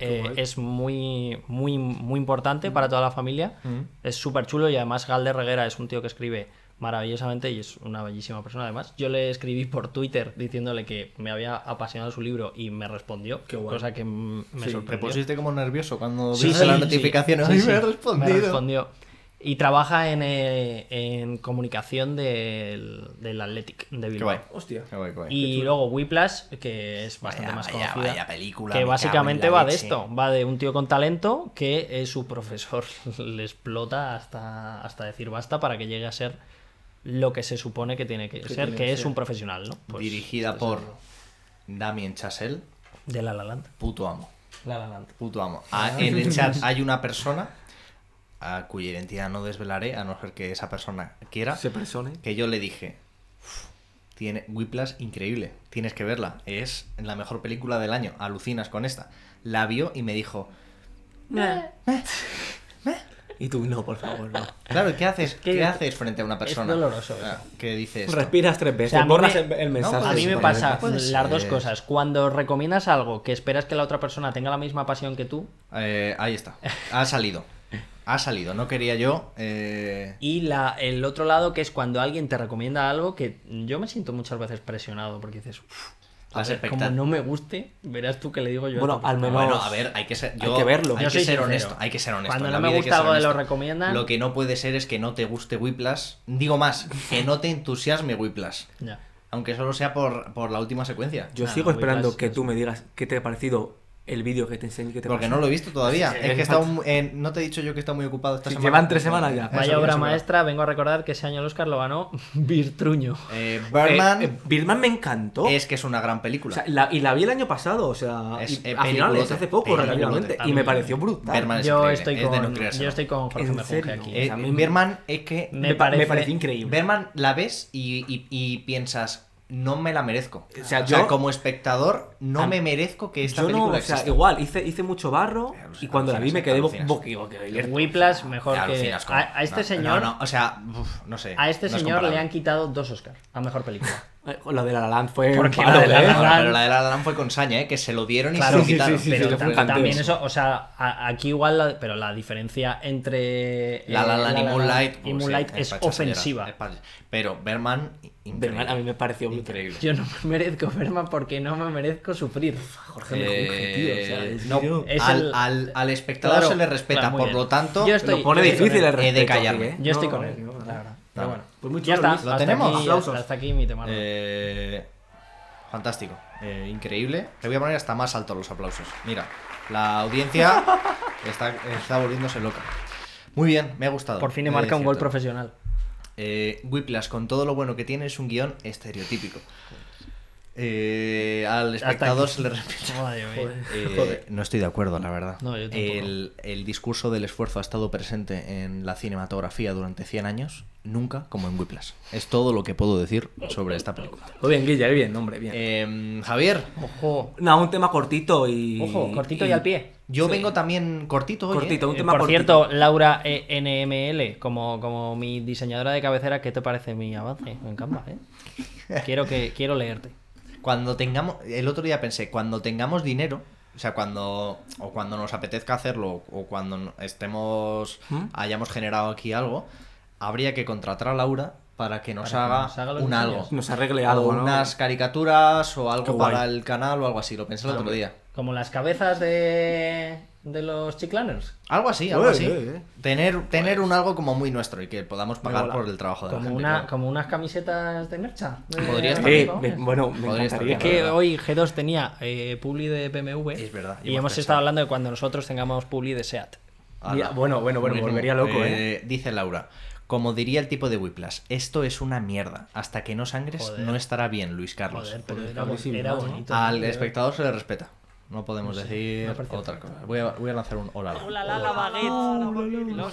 S4: eh, es muy, muy, muy importante
S1: Mm.
S4: para toda la familia. Es súper chulo y además Galder Reguera es un tío que escribe maravillosamente y es una bellísima persona además. Yo le escribí por Twitter diciéndole que me había apasionado su libro y me respondió, cosa que mm, me
S3: Sí,
S1: Te
S4: sorprendió.
S1: pusiste como nervioso cuando
S4: Sí,
S1: viste
S4: sí,
S1: la
S4: sí.
S1: notificación.
S4: Sí,
S1: Ay,
S4: sí.
S1: me ha respondido.
S4: Me respondió. Y trabaja en, eh, en comunicación del, del Athletic de
S1: Qué
S4: Bilbao.
S1: guay.
S3: Hostia.
S1: Qué guay, Pues qué guay.
S4: Y luego Whiplash, que es bastante
S1: Vaya,
S4: más
S1: vaya,
S4: conocida.
S1: vaya película, me cago
S4: que
S1: en
S4: básicamente
S1: la
S4: va de
S1: leche.
S4: esto. Va de un tío con talento que eh, su profesor le explota hasta, hasta decir basta para que llegue a ser lo que se supone que tiene que ser,
S3: tiene
S4: que
S3: que
S4: es
S3: ser.
S4: un profesional, ¿no? Pues,
S1: Dirigida por Damien Chazelle,
S4: De La La Land.
S1: puto amo.
S4: La La Land.
S1: Puto amo. Ah, en el chat hay una persona a cuya identidad no desvelaré, a no ser que esa persona quiera,
S3: Se persone.
S1: que yo le dije, "Uf, tiene Whiplash increíble, tienes que verla, es la mejor película del año, alucinas con esta. La vio y me dijo, "Eh,
S3: Y tú, no, por favor, no.
S1: claro, ¿qué haces?
S4: que
S1: ¿Qué haces frente a una persona?
S4: doloroso eso.
S1: Ah, ¿Qué dices?
S3: Respiras tres veces,
S4: O sea, a mí
S3: borras
S4: me-
S3: el, el
S1: No,
S3: mensaje.
S1: pues,
S4: A mí me
S1: Puede
S4: pasa
S1: puede
S4: las dos
S1: ser.
S4: cosas. Cuando recomiendas algo que esperas que la otra persona tenga la misma pasión que tú,
S1: Eh, ahí está, ha salido, ha salido, no quería yo... eh,
S4: Y la, el otro lado que es cuando alguien te recomienda algo que yo me siento muchas veces presionado porque dices, "Uf, a
S1: Las
S4: ver,
S1: expecta-
S4: como no me guste, verás tú que le digo yo. a
S3: Bueno,
S4: esta
S3: al
S4: persona".
S3: menos-
S1: Bueno, a ver, hay que ser. yo-
S3: que verlo.
S1: Hay
S4: Yo
S1: que
S4: soy
S1: ser
S4: sincero.
S1: honesto. Hay que ser honesto.
S4: Cuando
S1: en
S4: no
S1: la
S4: me
S1: vida hay
S4: gusta
S1: ser
S4: algo de lo
S1: honesto.
S4: recomiendan-
S1: Lo que no puede ser es que no te guste Whiplash. Digo más, que no te entusiasme Whiplash.
S4: Ya.
S1: Aunque solo sea por, por la última secuencia.
S3: Yo
S4: Nada,
S3: sigo
S4: muy
S3: esperando
S4: clásico,
S3: que tú
S4: sí.
S3: me digas qué te ha parecido el vídeo que te enseñé que te
S1: Porque
S3: pasé.
S1: no lo he visto todavía.
S4: Sí,
S1: es que
S4: sí.
S1: está un- eh, no te he dicho yo que está muy ocupado esta
S3: Sí,
S1: semana.
S3: llevan tres semanas ya.
S4: Vaya
S1: Eso,
S4: obra
S1: eso,
S4: maestra, vengo a recordar que ese año el Oscar lo ganó Virtruño.
S1: Eh,
S3: Eh,
S1: Birdman
S3: eh, Birdman me encantó.
S1: es que es una gran
S3: O
S1: película.
S3: sea, la- y la vi el año pasado, o sea,
S1: Es,
S3: y
S1: eh,
S3: a finales,
S1: peliculote,
S3: hace poco,
S1: peliculote
S3: relativamente. Y
S1: también.
S3: me pareció brutal.
S1: Birdman Ah, es
S4: Yo
S1: increíble,
S4: estoy,
S1: es de
S4: con,
S1: nuclearse,
S4: yo
S1: ¿no?
S4: estoy con Jorge
S3: ¿En
S4: Mejunje
S3: serio?
S4: aquí.
S1: Eh,
S3: a mí me-
S1: Birdman es que
S4: me
S3: me,
S4: parece-
S3: me pareció increíble.
S1: Berman la ves y, y- y piensas, no me la merezco.
S3: O
S1: O sea,
S3: sea, yo-
S1: como espectador,
S3: A-
S1: no me merezco que esta
S3: Yo no,
S1: película
S3: o sea,
S1: exista.
S3: igual, hice, hice mucho barro
S1: Alucinas,
S3: y cuando la vi me quedé bo-
S1: alucinas.
S4: El
S3: boquiabierto.
S4: Whiplash mejor que...
S1: Alucinas con-
S4: A, a este
S1: no,
S4: señor,
S1: No, no, o sea, uf, no sé.
S4: a este
S1: no es
S4: señor le
S1: comparable.
S4: han quitado dos Oscars a mejor película.
S3: Eh, La de La La Land fue
S4: Porque
S3: un palo,
S4: la de La
S3: ¿eh?
S4: La
S1: Bueno,
S4: Land-
S1: pero la de la Adam fue con saña, ¿eh? Que se lo dieron y
S4: Claro,
S1: se lo
S4: sí, sí,
S1: quitaron.
S3: sí, sí,
S4: pero
S3: que fue un
S4: tam-
S3: canteo
S4: también
S3: eso.
S4: eso, o sea, a- aquí igual, la, pero la diferencia entre
S1: La La
S4: eh,
S1: Land y Moonlight, pues
S4: y
S1: sí,
S4: Moonlight es
S1: pa' echar
S4: ofensiva.
S1: señora, es pa- Pero Berman, increíble.
S3: Birdman a mí me pareció brutal.
S1: increíble.
S4: Yo no me merezco Berman porque no me merezco sufrir. Eh,
S3: Jorge Mejunje, tío, o sea,
S1: Eh,
S3: es-
S1: no,
S4: es
S1: al,
S4: el-
S1: al- al espectador
S4: Claro,
S1: se le respeta,
S4: claro, muy
S1: por
S4: bien.
S1: lo tanto,
S4: Yo estoy-
S3: Lo pone
S4: yo estoy
S3: difícil
S1: él.
S4: con
S3: el
S1: He de
S3: respeto. aquí,
S1: callarme.
S3: ¿eh?
S4: Yo estoy
S3: No,
S4: con
S3: no,
S4: él,
S3: no, no, no.
S4: la verdad.
S1: No.
S4: Pero bueno,
S3: Pues muy
S4: ya
S3: chulo,
S4: está.
S3: Luis.
S1: Lo
S4: hasta
S1: tenemos.
S4: aquí-
S3: Aplausos.
S4: Hasta aquí mi tema.
S1: Eh, fantástico, eh, increíble. Te voy a poner hasta más altos los aplausos. Mira, la audiencia está, está volviéndose loca. Muy bien, me ha gustado.
S4: Por fin
S1: he
S4: he
S1: de
S4: marca un gol
S1: decirte.
S4: profesional.
S1: Eh, Whiplash, con todo lo bueno que tiene, es un guión estereotípico. Eh, al espectador
S4: aquí.
S1: se le repite.
S4: Madre mía.
S1: Eh, no estoy de acuerdo, la verdad.
S4: No, yo tampoco.
S1: el, el discurso del esfuerzo ha estado presente en la cinematografía durante 100 años, nunca como en Whiplash. Es todo lo que puedo decir sobre esta película.
S3: Muy bien, Guille, bien, hombre, bien.
S1: Em, Javier,
S4: Ojo,
S3: No, un tema cortito y.
S4: ojo, cortito y al pie.
S1: yo vengo también cortito hoy. ¿eh?
S3: Cortito, un
S4: Eh,
S3: tema
S4: Por
S3: cortito.
S4: cierto, Laura eh, NML, como, como mi diseñadora de cabecera, ¿qué te parece mi avance en Canva? eh? Quiero, que, quiero leerte.
S1: Cuando tengamos, el otro día pensé, cuando tengamos dinero, o sea, cuando o cuando nos apetezca hacerlo o cuando no- estemos
S3: ¿Mm?
S1: hayamos generado aquí algo, habría que contratar a Laura para que nos
S4: Para que
S1: haga,
S4: nos haga los
S1: un
S4: diseños.
S1: algo.
S3: Nos arregle
S1: O
S3: algo, ¿no?
S1: unas caricaturas o
S3: Qué
S1: algo
S3: guay.
S1: para el canal o algo así, lo pensé el otro día.
S4: Como las cabezas de, de los chiclaners.
S1: Algo así, algo
S3: Ué,
S1: así.
S3: ué, ué.
S1: Tener tener un algo como muy nuestro y que podamos pagar
S3: Pues. mola.
S1: por el trabajo de la
S4: Como,
S1: gente,
S4: una,
S1: claro.
S4: como unas camisetas de mercha. de
S1: Podría estar
S3: Eh,
S4: Rafa
S3: me-
S4: Gómez.
S3: bueno, me
S1: Podría estar
S3: encantaría.
S1: bien.
S4: que
S1: verdad.
S4: hoy G2 tenía eh, publi de BMW.
S1: Es verdad,
S4: Y
S1: hemos
S4: hemos
S1: pensado.
S4: estado hablando de cuando nosotros tengamos publi de SEAT.
S1: Ala.
S3: Mira, bueno, bueno, bueno,
S1: Mismo.
S3: volvería loco, ¿eh?
S1: Dice Laura, como diría el tipo de Whiplash, esto es una mierda. Hasta que no sangres
S4: Joder.
S1: no estará bien, Luis Carlos.
S3: Pues,
S4: Joder, pero
S3: joder,
S4: era,
S3: clarísimo,
S4: era
S3: ¿no?
S4: bonito.
S1: Al
S4: Joder.
S1: espectador se le respeta. No podemos decir
S4: parece
S1: otra cosa. Voy a, voy a lanzar un hola.
S2: Oh, la, la, la baguette. Los-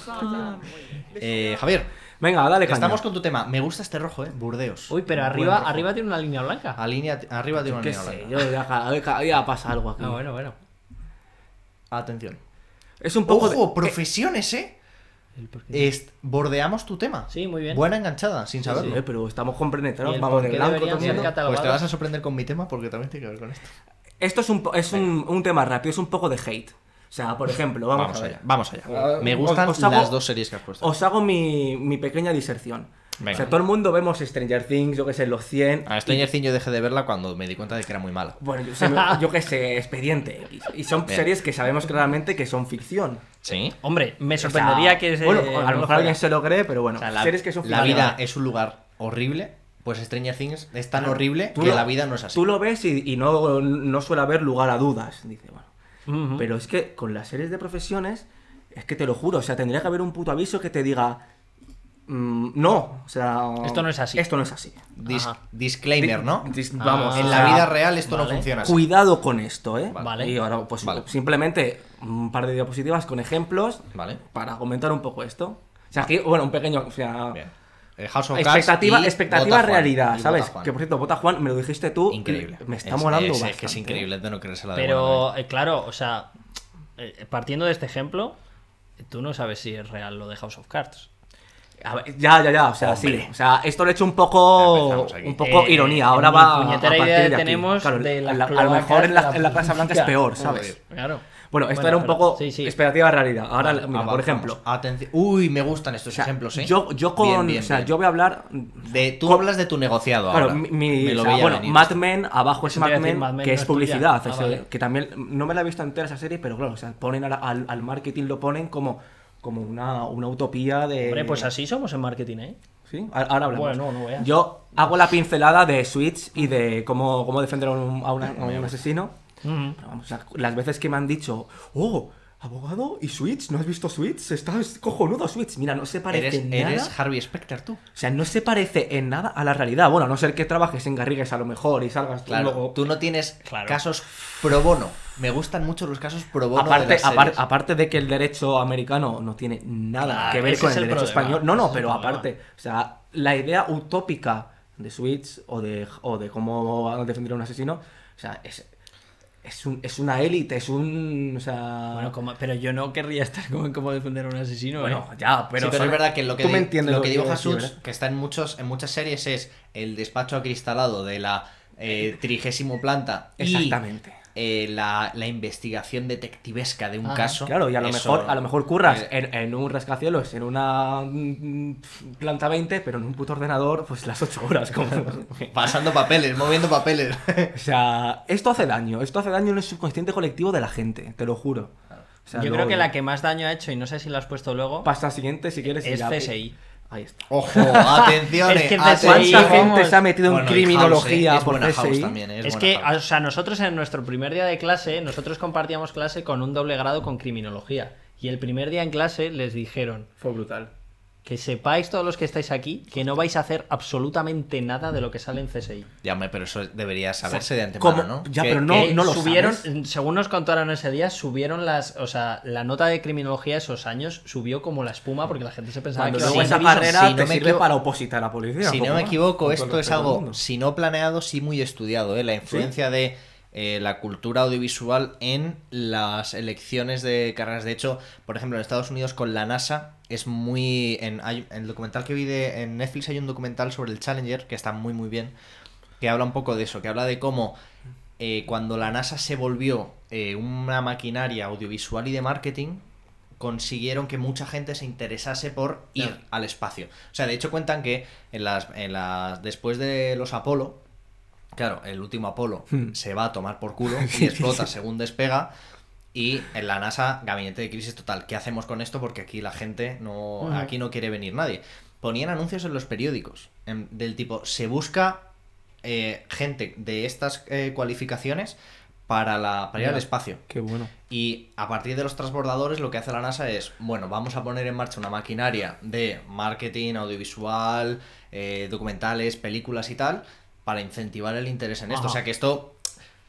S1: Eh, Javier,
S3: Venga, dale, caña.
S1: estamos con tu tema. Me gusta este rojo, ¿eh? Burdeos.
S4: Uy, pero
S1: Buen
S4: arriba,
S1: rojo.
S4: arriba tiene una línea blanca. Ah,
S1: Alinea- arriba tiene una
S3: Qué
S1: línea
S3: sé,
S1: blanca.
S3: yo ya, ya- ya pasa algo aquí.
S4: Ah, bueno, bueno.
S1: Atención.
S3: Es un poco. de-
S1: Ojo, profesiones, ¿eh?
S4: Eh,
S1: Est- bordeamos tu tema.
S4: Sí, muy bien.
S1: Buena enganchada, sin
S3: Sí,
S1: saberlo.
S3: eh, pero estamos
S4: ¿Y
S3: comprenetrados,
S4: el
S3: vamos
S4: por
S3: en
S4: qué
S3: blanco todo
S4: deberían
S3: el
S4: ser
S3: mundo.
S4: catalogados?
S1: Pues te vas a sorprender con mi tema porque también tiene que ver con esto.
S3: Esto es, un, po- es un, un tema rápido, es un poco de hate. O sea, por ejemplo, vamos,
S1: Vamos
S3: a ver.
S1: allá, vamos allá.
S3: Ah,
S1: Me gustan
S3: os hago-
S1: las dos series que has puesto.
S3: Os hago mi, mi pequeña diserción.
S1: Venga.
S3: O sea, todo el mundo vemos Stranger Things, yo que sé, los 100.
S1: A Stranger Things yo dejé de verla cuando me di cuenta de que era muy mala.
S3: Bueno, yo, sé, yo que sé, Expediente X. Y son
S1: Bien.
S3: series que sabemos claramente que son ficción.
S1: ¿Sí?
S4: Hombre, me
S3: O sea,
S4: sorprendería que se-
S3: Bueno,
S4: no
S3: a lo mejor
S4: fuera.
S3: alguien se lo cree, pero bueno,
S1: O sea, la,
S3: series que son
S1: la vida
S3: ficción.
S1: es un lugar horrible, pues Stranger Things es tan horrible
S3: Tú
S1: que
S3: lo-
S1: la vida no es así.
S3: Tú lo ves y, y no, no suele haber lugar a dudas. Dice, bueno.
S4: Ujú.
S3: Pero es que con las series de profesiones, es que te lo juro, o sea, tendría que haber un puto aviso que te diga. mm, no, o sea.
S4: Esto no es así.
S3: Esto no es así.
S1: Dis-
S4: Ajá.
S1: disclaimer, ¿no?
S3: Dis-
S4: Ah.
S3: vamos.
S1: en
S3: o
S1: la
S3: sea,
S1: vida real esto no funciona así.
S3: Cuidado con esto, ¿eh?
S4: Vale.
S3: Y ahora, pues
S1: Vale.
S3: simplemente un par de diapositivas con ejemplos
S1: Vale.
S3: para comentar un poco esto. O sea, aquí, bueno, un pequeño. O sea,
S1: Bien. Eh, House of Cards
S3: expectativa,
S1: y
S3: expectativa
S1: Vota Juan,
S3: realidad,
S1: y
S3: ¿sabes?
S1: Vota Juan.
S3: Que por cierto, vota Juan, me lo dijiste tú. y
S1: increíble.
S3: Me está
S1: Es-
S3: molando
S1: es, es que es
S3: bastante, ¿eh?
S1: increíble es de no creérsela de buena
S4: Pero, eh, claro, o sea, eh, partiendo de este ejemplo, tú no sabes si es real lo de House of Cards.
S3: A ver, ya, ya, ya, o sea,
S1: Hombre.
S3: sí. O sea, esto le he hecho un
S1: Ya
S3: poco,
S1: empezamos aquí.
S3: un poco
S4: Eh,
S3: ironía. Ahora
S4: ni
S3: va.
S4: puñetera
S3: a partir
S4: idea
S3: de aquí.
S4: tenemos
S3: Claro,
S4: de las
S3: la- a lo
S4: cloacas
S3: mejor en
S4: de
S3: la,
S4: la
S3: en la Plaza Blanca es
S4: política.
S3: peor,
S1: Joder.
S3: ¿sabes?
S4: Claro.
S3: Bueno, esto era un
S4: pero-
S3: poco
S4: Sí, sí.
S3: expectativa realidad. Ahora, mira, por
S1: Avanzamos.
S3: ejemplo.
S1: Atenci- Uy, me gustan estos
S3: o sea,
S1: ejemplos, ¿eh?
S3: yo, yo con.
S1: Bien, bien,
S3: o sea,
S1: bien.
S3: yo voy a hablar.
S1: De, tú
S3: con-
S1: hablas de tu negociado
S3: Claro,
S1: ahora.
S3: mi, mi-
S1: Me lo
S3: o sea,
S1: veía
S3: bueno,
S1: venir.
S3: Mad Men, abajo es
S4: Eso te iba
S3: Mad
S4: a decir,
S3: Men,
S4: Mad Men
S3: que
S4: no
S3: es
S4: es tuya.
S3: publicidad,
S4: Ah,
S3: o sea,
S4: vale.
S3: que también no me la he visto entera esa serie, pero claro, o sea, ponen al, al- al marketing lo ponen como, como una, una utopía de...
S4: Hombre, pues así somos en marketing, ¿eh?
S3: Sí, a- ahora hablamos.
S4: Bueno, no veas.
S3: Yo hago la pincelada de Switch y de cómo, cómo defender a un, a una- a un asesino. Pero vamos, o sea, las veces que me han dicho, oh, abogado y Switch, ¿no has visto Switch? Está es cojonudo Switch. Mira, no se parece
S1: Eres,
S3: nada.
S1: eres Harvey Specter tú.
S3: O sea, no se parece en nada a la realidad. Bueno, a no ser que trabajes en Garrigues a lo mejor y salgas tú
S1: Claro,
S3: luego.
S1: tú no tienes
S4: Claro.
S1: casos pro bono. Me gustan mucho los casos pro bono. de
S3: Aparte,
S1: las
S3: apar-
S1: series.
S3: aparte de que el derecho americano no tiene nada
S4: Ah,
S3: que ver
S4: ese
S3: con
S4: es
S3: el,
S4: el
S3: derecho
S4: problema,
S3: español. No,
S4: ese
S3: no,
S4: es el
S3: pero
S4: problema.
S3: aparte, o sea, la idea utópica de Switch o de, o de cómo defender a un asesino, o sea, es, es, un- es una élite, es un. O sea.
S4: Bueno, como- pero yo no querría estar como en cómo defender a un asesino,
S3: Ah. bueno,
S4: ¿eh?
S3: ya,
S1: Sí,
S3: pero.
S1: pero
S3: son-
S1: es verdad que lo que,
S3: tú me
S1: di-
S3: entiendes
S1: lo
S3: lo
S1: que
S3: que
S1: dijo
S3: quiero decir,
S1: Jesús,
S3: ¿verdad?
S1: que está en, muchos, en muchas series, es el despacho acristalado de la eh, trigésimo planta y,
S3: Exactamente.
S1: eh, la, la investigación detectivesca de un
S4: Ajá,
S1: caso.
S3: Ah, Claro, y a lo
S1: Eso-
S3: mejor, a lo mejor curras
S1: eh,
S3: en, en un rascacielos, en una mm, planta 20, pero en un puto ordenador, pues las 8 horas. Como... o
S1: Pasando papeles, moviendo papeles.
S3: sea, esto hace daño, esto hace daño en el subconsciente colectivo de la gente, te lo juro. O sea,
S4: yo
S3: lo
S4: creo que
S3: odio.
S4: la que más daño ha hecho, y no sé si la has puesto luego,
S3: Pasa al siguiente, si quieres. y
S4: es
S3: ya- eh,
S4: CSI.
S3: Ahí está.
S1: Ojo, atención.
S4: Es que
S1: eh,
S4: el CSI,
S1: atención.
S3: ¿Cuánta gente
S4: vamos.
S3: se ha metido
S1: Bueno,
S3: en
S1: y
S3: criminología
S1: House, eh, es
S3: por
S1: buena House
S3: CSI?
S1: también, eh, es
S4: Es
S1: buena
S4: que,
S1: House.
S4: o sea, nosotros en nuestro primer día de clase, nosotros compartíamos clase con un doble grado con criminología. Y el primer día en clase les dijeron,
S3: Fue brutal.
S4: que sepáis todos los que estáis aquí, que no vais a hacer absolutamente nada de lo que sale en CSI.
S1: Ya, hombre, pero eso debería saberse de
S3: ¿cómo?
S1: antemano, ¿no?
S3: Ya,
S1: Que-
S3: pero no-
S4: que
S3: lo
S4: subieron, mm,
S3: sabes.
S4: según nos contaron ese día, subieron las, o sea, la nota de criminología esos años subió como la espuma porque la gente se pensaba
S3: Cuando
S4: que
S1: sí,
S4: iba
S3: luego
S4: a
S3: esa
S4: ser-
S3: carrera
S1: si no
S3: te
S1: me
S3: sirve
S1: equivo-
S3: para opositar a la policía.
S1: Si no
S3: poco
S1: me
S3: más,
S1: equivoco,
S3: con todo el
S1: esto es
S3: respeto del
S1: algo,
S3: mundo.
S1: si no planeado, sí muy estudiado, ¿eh? La influencia de eh, la cultura audiovisual en las elecciones de carreras. De hecho, por ejemplo, en Estados Unidos con la NASA es muy... En, hay- en el documental que vi de, en Netflix hay un documental sobre el Challenger que está muy muy bien, que habla un poco de eso, que habla de cómo eh, cuando la NASA se volvió eh, una maquinaria audiovisual y de marketing, consiguieron que mucha gente se interesase por ir
S4: Claro.
S1: al espacio. O sea, de hecho cuentan que en las, en las, después de los Apolo, claro, el último Apolo
S3: Hmm.
S1: se va a tomar por culo y explota según despega. Y en la NASA, gabinete de crisis total. ¿Qué hacemos con esto? Porque aquí la gente no.
S4: Ujú.
S1: Aquí no quiere venir nadie. Ponían anuncios en los periódicos em, del tipo: se busca eh, gente de estas eh, cualificaciones para, la, para ir al
S4: Ya.
S1: espacio.
S3: Qué bueno.
S1: Y a partir de los transbordadores lo que hace la NASA es, bueno, vamos a poner en marcha una maquinaria de marketing, audiovisual, eh, documentales, películas y tal, para incentivar el interés en esto.
S4: Ajá.
S1: O sea que esto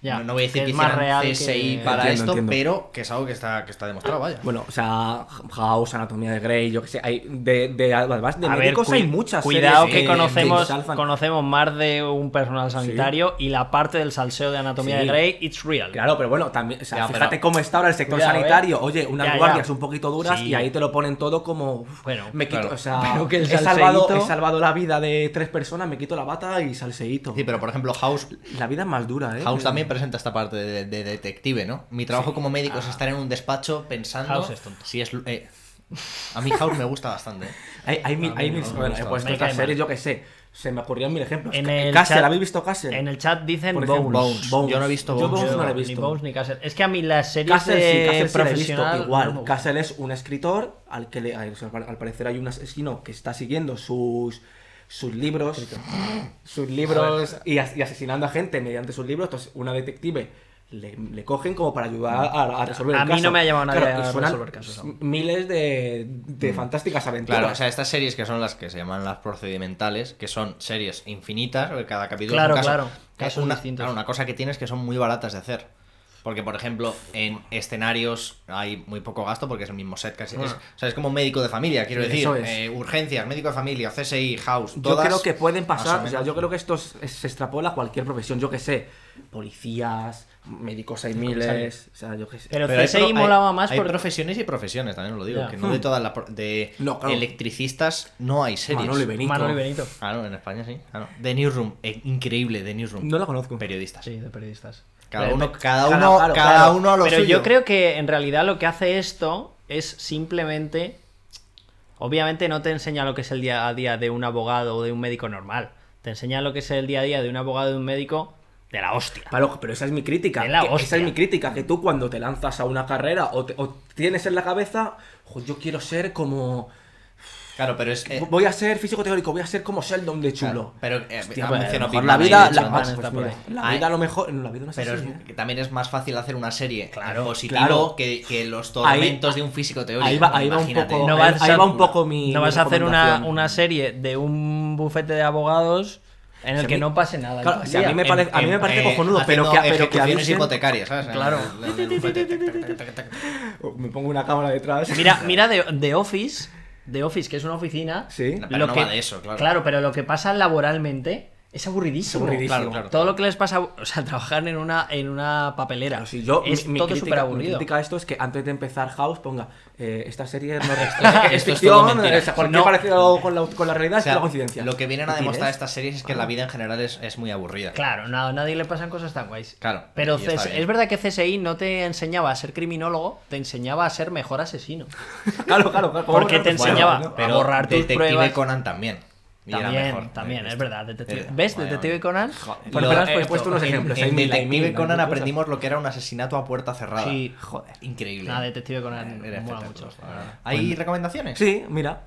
S4: Ya,
S1: no, no voy a decir
S4: que
S1: que
S4: es más
S1: hicieran
S4: real que-
S1: CSI para
S3: Entiendo,
S1: esto,
S3: entiendo.
S1: pero que es algo que está, que está demostrado, vaya.
S3: Bueno, o sea, House, Anatomía de Grey, yo qué sé, hay de, de, además de
S4: A ver,
S3: médicos
S4: cui-
S3: hay muchas.
S4: Cuidado
S3: series
S4: que
S3: de-
S4: conocemos,
S3: exaltan.
S4: conocemos más de un personal sanitario y la parte del salseo de anatomía
S3: Sí.
S4: de Grey, it's real.
S3: Claro, pero bueno, también, o sea,
S1: Ya, pero-
S3: fíjate cómo está ahora el sector
S4: Cuidado, ¿eh?
S3: sanitario. Oye, unas
S4: Ya, ya.
S3: guardias un poquito duras
S4: Sí.
S3: y ahí te lo ponen todo como.
S4: Bueno,
S3: me quito,
S1: claro.
S3: o sea,
S4: Pero que el
S3: he, salvado,
S4: salseíto-
S3: he salvado la vida de tres personas, me quito la bata y salseíto.
S1: Sí, pero por ejemplo, House,
S3: La vida es más dura, ¿eh?
S1: House también presenta esta parte de, de detective, ¿no? Mi trabajo como médico
S3: Ah.
S1: es estar en un despacho pensando
S4: House es tonto.
S1: si es... eh, a mí House me gusta bastante. ¿eh?
S3: Hay, hay mil, hay
S1: mí
S3: mil-
S1: no me
S3: bueno,
S1: gusta.
S3: pues
S4: Me
S3: estas
S4: cae mal.
S3: series, yo qué sé. Se me ocurrieron mil ejemplos.
S4: En
S3: Ca-
S4: el
S3: Castle,
S4: chat-
S3: ¿habéis visto Castle?
S4: En el chat dicen
S3: Por
S4: Bones.
S3: ejemplo,
S1: Bones. Yo no he visto
S3: Yo
S1: Bones.
S3: Bones no la he
S4: Ni
S3: visto.
S4: Bones ni Castle. Es que a mí las series
S3: Castle sí,
S4: de
S3: Castle sí la he visto
S4: profesional
S3: igual.
S4: no me gustan.
S3: Castle es un escritor al que le- al, al parecer hay un asesino que está siguiendo sus sus libros, sus libros y, as- y asesinando a gente mediante sus libros. Entonces una detective le, le cogen como para ayudar a, a resolver
S4: A
S3: el
S4: mí
S3: caso.
S4: no me ha llamado nadie
S3: Claro,
S4: a
S3: y suenan
S4: resolver casos Mm. aún.
S3: Miles de, de fantásticas aventuras.
S1: Claro, o sea, estas series que son las que se llaman las procedimentales, que son series infinitas, porque cada capítulo
S4: Claro,
S1: es un caso.
S4: claro,
S1: Que
S4: casos
S1: una,
S4: distintos.
S1: claro, una cosa que tienes que son muy baratas de hacer. Porque, por ejemplo, en escenarios hay muy poco gasto porque es el mismo set casi. es- o sea, es como médico de familia, quiero
S3: Sí,
S1: decir.
S3: eso es.
S1: eh, urgencias, médico de familia, CSI, House,
S3: Yo
S1: todas.
S3: creo que pueden
S1: más
S3: pasar,
S1: o
S3: o sea,
S1: menos.
S3: yo creo que esto es- es- se extrapola a cualquier profesión, yo que sé, policías, médicos hay miles, o sea, yo que sé.
S4: Pero,
S1: Pero hay
S4: CSI
S1: pro- hay-
S4: molaba más
S1: hay
S4: porque
S1: profesiones y profesiones, también os lo digo.
S4: Ya.
S1: Que no de todas las. pro- De
S3: No, claro.
S1: electricistas no hay series.
S3: Manolo y Benito.
S4: Manolo y Benito.
S1: Claro, en España sí. Claro. The Newsroom, eh, increíble, The Newsroom.
S3: No la conozco.
S1: Periodistas.
S4: Sí, de periodistas. Eh,
S1: Cada
S4: Pero-
S1: uno, cada
S3: Claro,
S1: uno,
S3: claro,
S1: cada
S3: claro.
S1: uno a lo
S4: Pero
S1: suyo.
S4: yo creo que en realidad lo que hace esto es simplemente. Obviamente no te enseña lo que es el día a día de un abogado o de un médico normal. Te enseña lo que es el día a día de un abogado y un médico de la hostia.
S3: Palo, pero esa es mi crítica.
S4: De la
S3: que- esa
S4: hostia.
S3: es mi crítica, que tú cuando te lanzas a una carrera o, te- o tienes en la cabeza, "Jo, yo quiero ser como...
S1: Claro, pero es. eh,
S3: Voy a ser físico teórico, voy a ser como Sheldon de
S1: claro,
S3: chulo.
S1: pero eh,
S3: Hostia,
S1: ha
S3: pues, a lo
S1: mencionado
S3: mejor
S1: Big
S3: la
S1: Bang
S3: vida,
S1: Theory,
S3: la,
S1: ¿no?
S4: Batman
S3: pues
S4: está por
S3: mira,
S4: ahí.
S3: la
S1: Ah,
S3: vida a lo mejor... no, la vida no es
S1: Pero
S3: así,
S1: es-
S3: ¿eh?
S1: que también es más fácil hacer una serie
S4: Claro,
S1: en positivo
S3: claro.
S1: que, que los tormentos de un físico teórico.
S3: ahí va- ahí va un
S1: imagínate.
S3: poco-
S4: No
S3: ahí-
S4: vas
S3: ahí
S4: a-
S3: va un poco mi-
S4: No vas
S3: mi
S4: a hacer una,
S3: recomendación.
S4: una serie de un bufete de abogados en el
S3: Si a
S4: que
S3: mí-
S4: no pase nada. el
S3: Claro, si a
S4: día.
S3: mí me parece, a mí me
S1: En-
S3: parece
S1: eh,
S3: cojonudo, pero que,
S1: haciendo
S3: pero que
S1: ejecuciones
S3: avisen-
S1: hipotecarias, ¿sabes?
S4: Claro.
S1: El- el- el-
S3: Me pongo una cámara detrás.
S4: Mira, mira de, de Office, de Office, que es una oficina.
S3: Sí.
S1: Pero no va de eso, claro.
S4: pero lo que pasa laboralmente es aburridísimo.
S3: Es aburridísimo.
S1: Claro, claro.
S4: Todo lo que les pasa, o sea, trabajar en una, en una papelera.
S3: Claro, si yo,
S4: es
S3: mi, mi
S4: todo
S3: crítica-
S4: súper
S3: mi
S4: aburrido.
S3: crítica a esto es que antes de empezar House ponga eh, esta serie no
S1: esto
S3: es
S1: es todo
S3: ficción,
S1: mentira.
S3: o sea, cualquier
S1: No.
S3: parecido con la, con la realidad
S1: o sea,
S3: es una coincidencia.
S1: Lo que vienen a
S3: ¿Qué
S1: demostrar
S3: quieres?
S1: estas series es que la vida en general es, es muy aburrida.
S4: Ah. Claro, no, a nadie le pasan cosas tan guays.
S1: Claro,
S4: Pero
S1: y está
S4: CS
S1: bien.
S4: es verdad que CSI no te enseñaba a ser criminólogo, te enseñaba a ser mejor asesino.
S3: Claro, claro, claro. ¿cómo
S4: Porque
S3: no?
S4: te
S3: Bueno,
S4: enseñaba
S3: ¿no?
S4: a borrar tus
S1: Detective
S4: pruebas.
S1: Conan también. Y era
S4: también,
S1: mejor.
S4: también, es verdad. Detective-
S1: Eh,
S4: ¿Ves?
S1: vaya,
S4: Detective
S1: vaya.
S4: Conan.
S3: Bueno,
S1: Lo-
S3: pero has
S1: he
S3: puesto unos
S1: en-
S3: ejemplos,
S1: En,
S3: hay mil, hay
S1: Detective
S3: mil,
S1: Conan
S3: hay mil
S1: aprendimos lo que era un asesinato a puerta cerrada.
S4: Sí,
S1: joder. Increíble. Eh,
S4: Nada, Ah, Detective Conan
S1: Era
S4: mola
S1: espectacular.
S4: mucho, la verdad.
S1: ¿Hay recomendaciones?
S3: Sí, mira.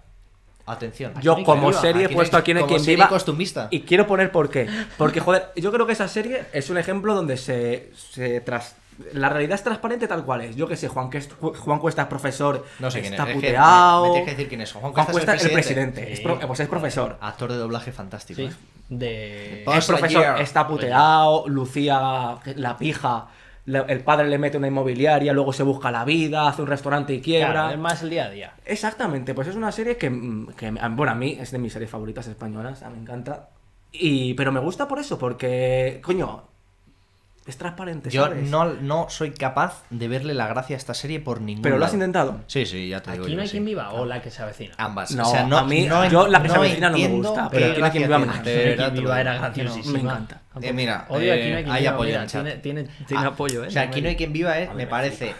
S1: Atención.
S3: Yo
S4: no hay
S3: como
S4: quien viva,
S3: serie he
S1: aquí no
S3: puesto
S1: hay-
S3: aquí en el
S1: como
S3: quien
S1: serie
S3: viva
S1: costumbrista.
S3: y quiero poner por qué. Porque, joder, yo creo que esa serie es un ejemplo donde se, se tras... La realidad es transparente tal cual es. Yo que sé, Juan, Quest- Juan Cuesta es profesor,
S1: No sé quién
S3: está
S1: es, es que
S3: puteado.
S1: me- me tienes que decir quién es. Juan Cuesta es el
S3: es
S1: presidente.
S3: el
S1: Ah,
S3: presidente. es pro- Pues es profesor.
S1: Actor de doblaje fantástico.
S4: Sí,
S1: ¿eh?
S4: de.
S1: Vamos
S3: el profesor
S1: allá.
S3: está puteado, Lucía la pija, la- el padre le mete una inmobiliaria, luego se busca la vida, hace un restaurante y quiebra.
S4: Claro, es más el día a día.
S3: Exactamente, pues es una serie que, mm, que, a- bueno, a mí es de mis series favoritas españolas, a mí me encanta. Y, pero me gusta por eso, porque, coño, es transparente.
S1: Yo
S3: ¿sabes?
S1: no, no soy capaz de verle la gracia a esta serie por ningún
S3: Pero lo has
S1: lado.
S3: intentado.
S1: Sí, sí, ya te digo.
S4: Aquí
S1: yo
S4: no hay
S1: que
S4: quien
S1: sí.
S4: viva o la que se avecina.
S1: Ambas.
S3: No,
S1: o sea, no,
S3: a mí-
S1: no-
S3: yo la que
S1: no
S3: se avecina no me
S1: entiendo
S3: gusta,
S1: qué
S3: pero aquí no hay quien
S1: gracia
S3: viva,
S1: tiene.
S3: me
S1: De
S4: Aquí no hay
S1: verdad,
S4: quien
S1: te lo
S4: viva Ah,
S1: digo.
S4: era
S1: Aquí no.
S4: graciosísima.
S3: me encanta.
S1: Eh, mira,
S4: Odio aquí no
S1: eh,
S4: hay quien
S1: hay
S4: viva.
S1: apoyo
S4: Mira,
S1: en el chat.
S4: Tiene, tiene, tiene
S1: Ah,
S4: apoyo, ¿eh?
S1: O sea,
S4: No
S1: aquí no hay quien viva, ¿eh? Me parece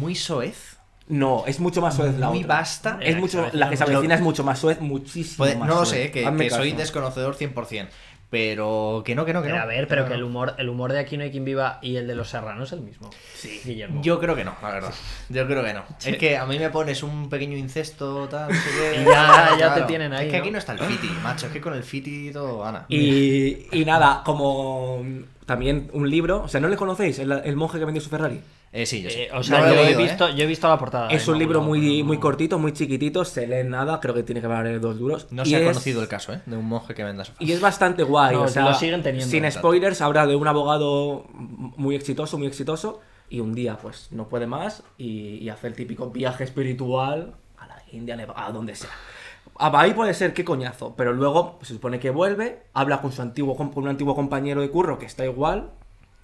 S1: muy soez.
S3: No, es mucho más suez la
S1: Muy
S3: otra.
S1: basta.
S4: La
S3: Es
S4: que se
S3: mucho,
S4: avecina
S3: la que se
S4: mucho.
S3: avecina es mucho más suez, muchísimo
S1: Puede-
S3: más
S1: no lo
S3: suez.
S1: sé, que,
S3: Hazme
S1: que soy
S3: caso.
S1: desconocedor 100%. Pero que no, que no, que
S4: Pero
S1: no. Ah.
S4: a ver, pero
S1: No,
S4: que
S1: no.
S4: el humor, el humor de Aquí no hay quien viva y el de los serranos es el mismo. Sí, Guillermo.
S1: Yo creo que no, la verdad. Yo creo que no. Es que a mí me pones un pequeño incesto, tal, no sé qué.
S4: Y ya- ya te tienen ahí,
S1: Es que
S4: ¿no?
S1: aquí no está el fiti, macho. Es que con el fiti todo gana.
S3: Y, y nada, como También un libro, o sea, ¿no le conocéis? El, el monje que vendió su Ferrari.
S1: Eh, sí, yo sé.
S4: Eh, o sea,
S1: No lo
S4: yo, he
S1: leído, ¿eh?
S4: visto, yo he visto la portada.
S3: es
S4: eh,
S3: un
S4: no,
S3: libro
S4: no,
S3: muy,
S4: no,
S3: muy
S4: no.
S3: cortito, muy chiquitito, se lee en nada, creo que tiene que valer dos duros.
S1: No
S3: y
S1: se ha
S3: es-
S1: conocido el caso, ¿eh? De un monje que venda su
S3: Y es bastante guay,
S4: No,
S3: o sea,
S4: lo siguen teniendo,
S3: sin
S1: exacto.
S3: spoilers, habla de un abogado muy exitoso, muy exitoso, y un día pues no puede más y, y hace el típico viaje espiritual a la India, Neva- a donde sea. A- Ahí puede ser qué coñazo, pero luego se supone que vuelve, habla con su antiguo com- con un antiguo compañero de curro que está igual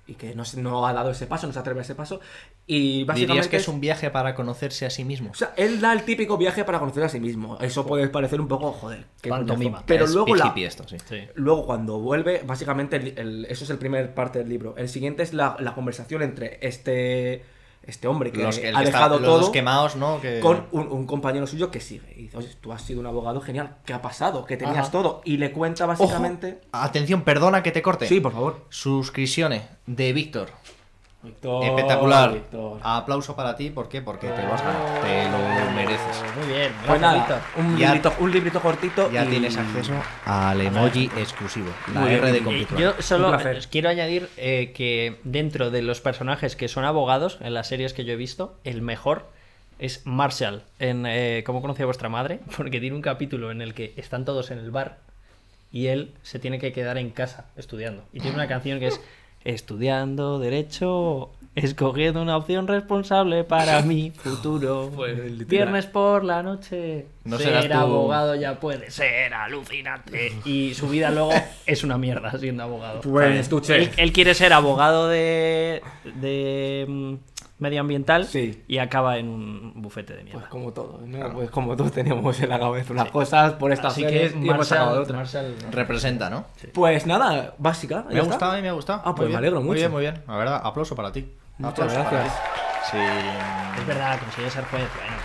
S3: y que no, se- no ha dado ese paso, no se atreve a ese paso, y básicamente
S1: Dirías que es un viaje para conocerse a sí mismo.
S3: o sea, él da el típico viaje para conocer a sí mismo. Eso puede parecer un poco, joder, qué coñazo.
S4: Pantomima.
S3: Pero
S1: Es
S3: luego la,
S1: hippie esto, sí.
S4: Sí.
S3: Luego, cuando vuelve, básicamente, el- el- eso es el primer parte del libro. El siguiente es la, la conversación entre este, este hombre que
S1: Los, el
S3: ha
S1: que está-
S3: dejado
S1: los dos
S3: todo
S1: quemados, ¿no? Que...
S3: con un, un compañero suyo que sigue. Y dice, oye, tú has sido un abogado genial, ¿qué ha pasado? Que tenías
S4: Ajá.
S3: todo. Y le cuenta
S1: Ojo,
S3: básicamente...
S1: Atención, perdona que te corte.
S3: Sí, por favor.
S1: Suscripciones de Víctor.
S4: Oh,
S1: Espectacular. Aplauso para ti, ¿por qué? Porque te lo has ganado. Te
S3: Oh.
S1: lo mereces.
S4: Muy bien,
S3: Pues
S4: gracias, Víctor.
S3: nada, un,
S1: Ya-
S3: librito, un librito cortito
S1: Ya
S3: y-
S1: tienes acceso al emoji exclusivo. La
S3: Muy bien.
S1: R de
S3: Y
S1: Computron.
S4: Yo solo
S3: Un placer.
S4: os quiero añadir eh, que dentro de los personajes que son abogados en las series que yo he visto, el mejor es Marshall en eh, ¿Cómo conocí a vuestra madre? Porque tiene un capítulo en el que están todos en el bar y él se tiene que quedar en casa estudiando. Y tiene una canción que es Estudiando Derecho, escogiendo una opción responsable para mi futuro.
S3: literal.
S4: Viernes por la noche.
S1: Pues, No
S4: ser
S1: serás tú-
S4: abogado ya puede ser alucinante. Y su vida luego es una mierda siendo abogado.
S3: Pues, tu
S4: Él,
S3: chef.
S4: él quiere ser abogado de, de mm, medioambiental
S3: Sí.
S4: y acaba en un bufete de
S3: Pues
S4: mierda.
S3: como todo, ¿no? Pues como todos tenemos en la cabeza unas cosas por estas
S4: Así que
S3: series y hemos
S4: Marshall-
S3: acabado otras.
S4: Marshall-
S1: Representa, ¿no?
S3: Pues nada, básica.
S1: Me
S3: ya
S1: ha
S3: está.
S1: gustado y me ha gustado.
S3: Ah, pues
S1: Muy
S3: me
S1: bien,
S3: alegro
S1: Muy
S3: mucho.
S1: bien, muy bien. La verdad, aplauso para ti.
S3: Muchas
S1: Aplauso para
S3: gracias.
S1: ti. Sí.
S4: Es verdad, consigue ser juez. Bueno,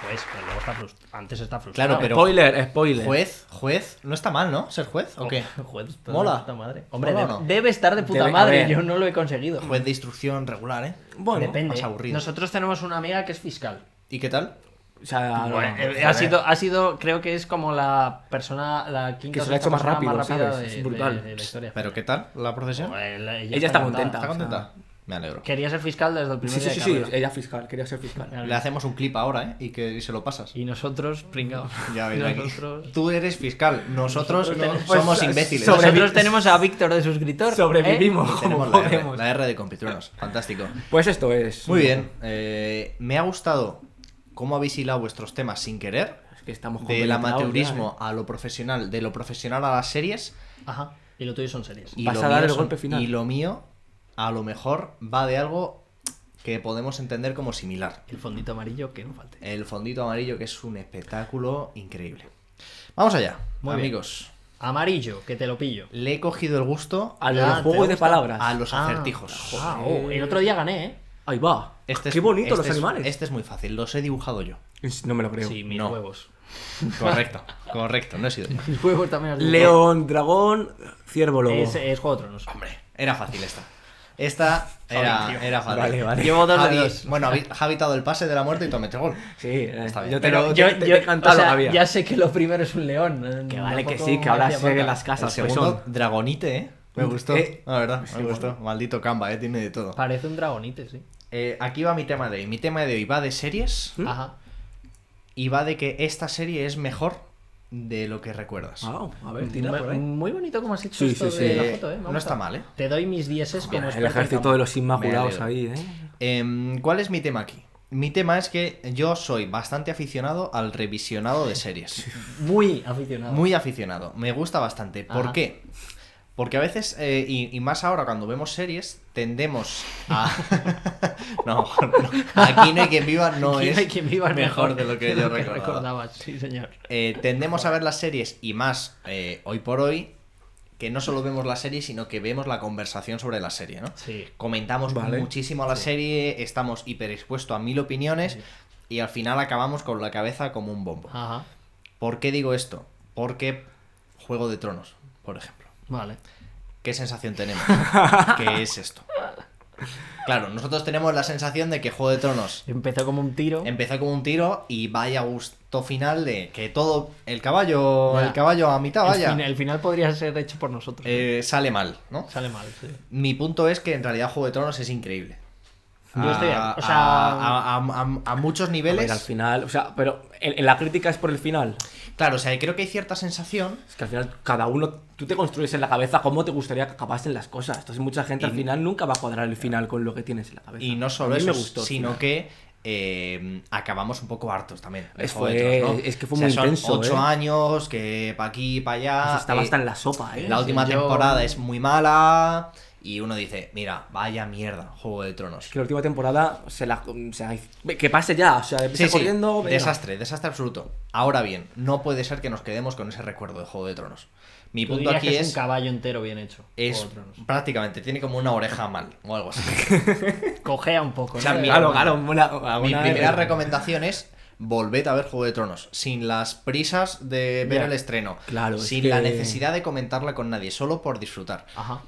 S4: pero después, pero luego está frust- antes está frustrado.
S1: Claro, pero-
S3: Spoiler, spoiler.
S1: Juez, juez, no está mal, ¿no? Ser juez, ¿o qué?
S4: Oh, Juez, todo
S1: Mola.
S4: de puta madre. Hombre,
S1: Mola o
S4: de-
S1: no?
S4: debe estar de puta
S3: Debe- a
S4: madre.
S3: ver.
S4: Yo no lo he conseguido.
S1: Juez de instrucción regular, ¿eh?
S3: Bueno,
S4: Depende.
S1: más aburrido.
S4: Nosotros tenemos una amiga que es fiscal.
S1: ¿Y qué tal?
S3: O sea, no,
S4: Bueno,
S3: no,
S4: eh,
S3: joder.
S4: ha sido, ha sido, creo que es como la persona, la quinta
S3: Que se
S4: o
S3: lo
S4: sexta
S3: ha hecho más
S4: persona
S3: rápido,
S4: rápida
S3: ¿sabes?
S4: de-
S3: Es brutal.
S4: de- de la historia.
S1: ¿Pero qué tal la procesión?
S4: Joder, ella,
S3: Ella está
S1: ¿Está
S3: contenta. o sea,
S1: contenta? Me alegro.
S4: Quería ser fiscal desde el primer
S3: Sí,
S4: día
S3: sí,
S4: de
S3: sí, eh. sí,
S4: carrera.
S3: ella fiscal, quería ser fiscal.
S1: Le hacemos un clip ahora, ¿eh? Y que y se lo pasas.
S4: Y nosotros, pringados.
S1: Ya ves, aquí.
S4: nosotros...
S1: Tú eres fiscal, nosotros, no-
S4: tenemos-
S1: somos
S3: pues,
S1: imbéciles.
S3: sobre-
S4: Nosotros tenemos a Víctor de suscriptor.
S3: Sobrevivimos
S4: ¿eh?
S3: como
S1: Tenemos la R,
S3: podemos.
S1: la R de compitruenos, fantástico.
S3: Pues esto es.
S1: Muy bien, eh, me ha gustado cómo habéis hilado vuestros temas sin querer,
S3: Es que estamos
S1: del
S3: complicados ya,
S1: amateurismo a lo profesional, de lo profesional a las series,
S4: Ajá. Y lo tuyo son series.
S1: Y
S3: Vas
S1: lo
S3: a dar
S1: mío
S3: el
S1: son-
S3: golpe final.
S1: Y lo mío, a lo mejor, va de algo que podemos entender como similar.
S4: El fondito amarillo que no falte.
S1: El fondito amarillo, que es un espectáculo increíble. Vamos allá,
S4: Muy bien.
S1: amigos.
S4: Amarillo, que te lo pillo.
S1: Le he cogido el gusto
S3: A los
S4: Ah, ¿te
S3: juegos de
S4: gusta?
S3: palabras.
S1: a los
S4: Ah,
S1: acertijos.
S4: Ah, oh, el otro día gané, ¿eh?
S3: Ahí va.
S1: Este es-
S3: Qué bonito
S1: este
S3: los
S1: es-
S3: animales.
S1: Este es muy fácil, los he dibujado yo.
S3: Es- No me lo creo.
S4: Sí, mis
S1: No.
S4: huevos.
S1: Correcto, correcto, no he sido yo.
S4: Mis huevos también. los dibujó.
S3: León, dragón, ciervo lobo.
S4: Es, es Juego de Tronos.
S1: Hombre, era fácil esta. Esta era, era fácil.
S3: Vale, vale.
S4: Llevo dos de dos.
S1: Bueno, ha habi- ha habitado el pase de la muerte y tú has metido el gol.
S3: Sí, eh,
S1: Está bien.
S3: yo te
S4: Pero
S3: lo
S4: yo,
S3: te- te-
S4: yo-
S3: te he cantado,
S4: o sea,
S3: Javier.
S4: ya sé que lo primero es un león.
S3: Que vale, que
S4: Tampoco
S3: sí, que ahora
S4: me hacía
S3: se
S4: falta.
S3: en las
S1: El
S3: casas. pues
S1: segundo,
S3: son-
S1: Dragonite, ¿eh? Me gustó.
S3: Eh,
S1: la verdad, me gustó. Maldito Canva, ¿eh? Tiene de todo.
S4: Parece un dragonite, sí.
S1: Eh, aquí va mi tema de hoy. Mi tema de hoy va de series
S4: Ajá.
S1: y va de que esta serie es mejor de lo que recuerdas.
S3: Wow, a ver, tira por
S4: Muy-
S3: ahí.
S4: Muy bonito como has hecho
S3: Sí,
S4: esto
S3: sí, sí.
S4: de
S1: Eh,
S4: Ah, la foto, ¿eh? Me
S1: no
S4: gusta.
S1: está mal, ¿eh?
S4: Te doy mis dieces como
S3: El
S4: experto en
S3: ejército
S4: campo.
S3: de los inmaculados
S1: Me
S3: ahí, ¿eh?
S1: Em, ¿Cuál es mi tema aquí? Mi tema es que yo soy bastante aficionado al revisionado de series.
S4: Muy aficionado.
S1: Muy aficionado. Me gusta bastante. ¿Por
S4: Ajá.
S1: qué? Porque a veces, eh, y, y más ahora cuando vemos series, tendemos a... no, no. aquí no hay quien viva, no
S4: Aquí
S1: es
S4: hay quien viva el
S1: mejor de lo que yo recordaba.
S4: recordaba. Sí, señor.
S1: Eh, tendemos a ver las series, y más eh, hoy por hoy, que no solo vemos la serie, sino que vemos la conversación sobre la serie, ¿no?
S4: Sí.
S1: Comentamos
S3: Vale.
S1: muchísimo a la serie, estamos hiperexpuestos a mil opiniones, y al final acabamos con la cabeza como un bombo.
S4: Ajá.
S1: ¿Por qué digo esto? Porque Juego de Tronos, por ejemplo.
S4: Vale.
S1: ¿Qué sensación tenemos? ¿Qué es esto? Claro, nosotros tenemos la sensación de que Juego de Tronos Em,
S4: Empezó como un tiro.
S1: empezó como un tiro y vaya gust- punto final de que todo el caballo,
S4: Ya.
S1: el caballo a mitad
S4: El,
S1: vaya,
S4: fin- el final podría ser hecho por nosotros.
S1: eh, sale mal, ¿no?
S4: Sale mal, sí.
S1: Mi punto es que en realidad Juego de Tronos es increíble.
S4: Yo
S1: A-
S4: estoy- o
S1: a-
S4: sea-
S1: a- a- a- a muchos
S3: Hombre,
S1: niveles.
S3: que al final, o sea, pero en, en la crítica es por el final.
S1: Claro, o sea, creo que hay cierta sensación
S3: Es que al final cada uno, tú te construyes en la cabeza cómo te gustaría que acabasen las cosas. Entonces mucha gente al final nunca va a cuadrar el final con lo que tienes en la cabeza.
S1: Y no solo
S3: A mí
S1: eso,
S3: me gustó,
S1: sino
S3: tío.
S1: que eh, acabamos un poco hartos también. de
S3: Es
S1: Juego de
S3: fue-
S1: Tronos, ¿no?
S3: es que fue
S1: O sea,
S3: muy
S1: son
S3: intenso,
S1: ocho
S3: ¿eh?
S1: años, que pa' aquí, pa' allá.
S3: Eso estaba
S1: eh,
S3: hasta en la sopa, ¿eh?
S1: la última
S4: yo-
S1: temporada es muy mala. Y uno dice, mira, vaya mierda, Juego de Tronos.
S3: que la última temporada se la. o sea, que pase ya, o sea, empieza
S1: Sí, sí,
S3: corriendo. venga.
S1: desastre, desastre absoluto. Ahora bien, no puede ser que nos quedemos con ese recuerdo de Juego de Tronos. Mi
S4: Tú
S1: punto
S4: dirías
S1: aquí
S4: que
S1: es...
S4: un caballo entero bien hecho.
S1: es
S4: Juego de Tronos.
S1: prácticamente, tiene como una oreja mal o algo así.
S4: Cojea un poco.
S1: O sea,
S4: ¿no?
S1: mi-
S3: Claro, claro, una,
S1: Mi
S3: una-
S1: primera recomendación es volved a ver Juego de Tronos, sin las prisas de ver
S4: Ya.
S1: el estreno,
S3: Claro, es
S1: sin
S3: que-
S1: la necesidad de comentarla con nadie, solo por disfrutar.
S4: Ajá.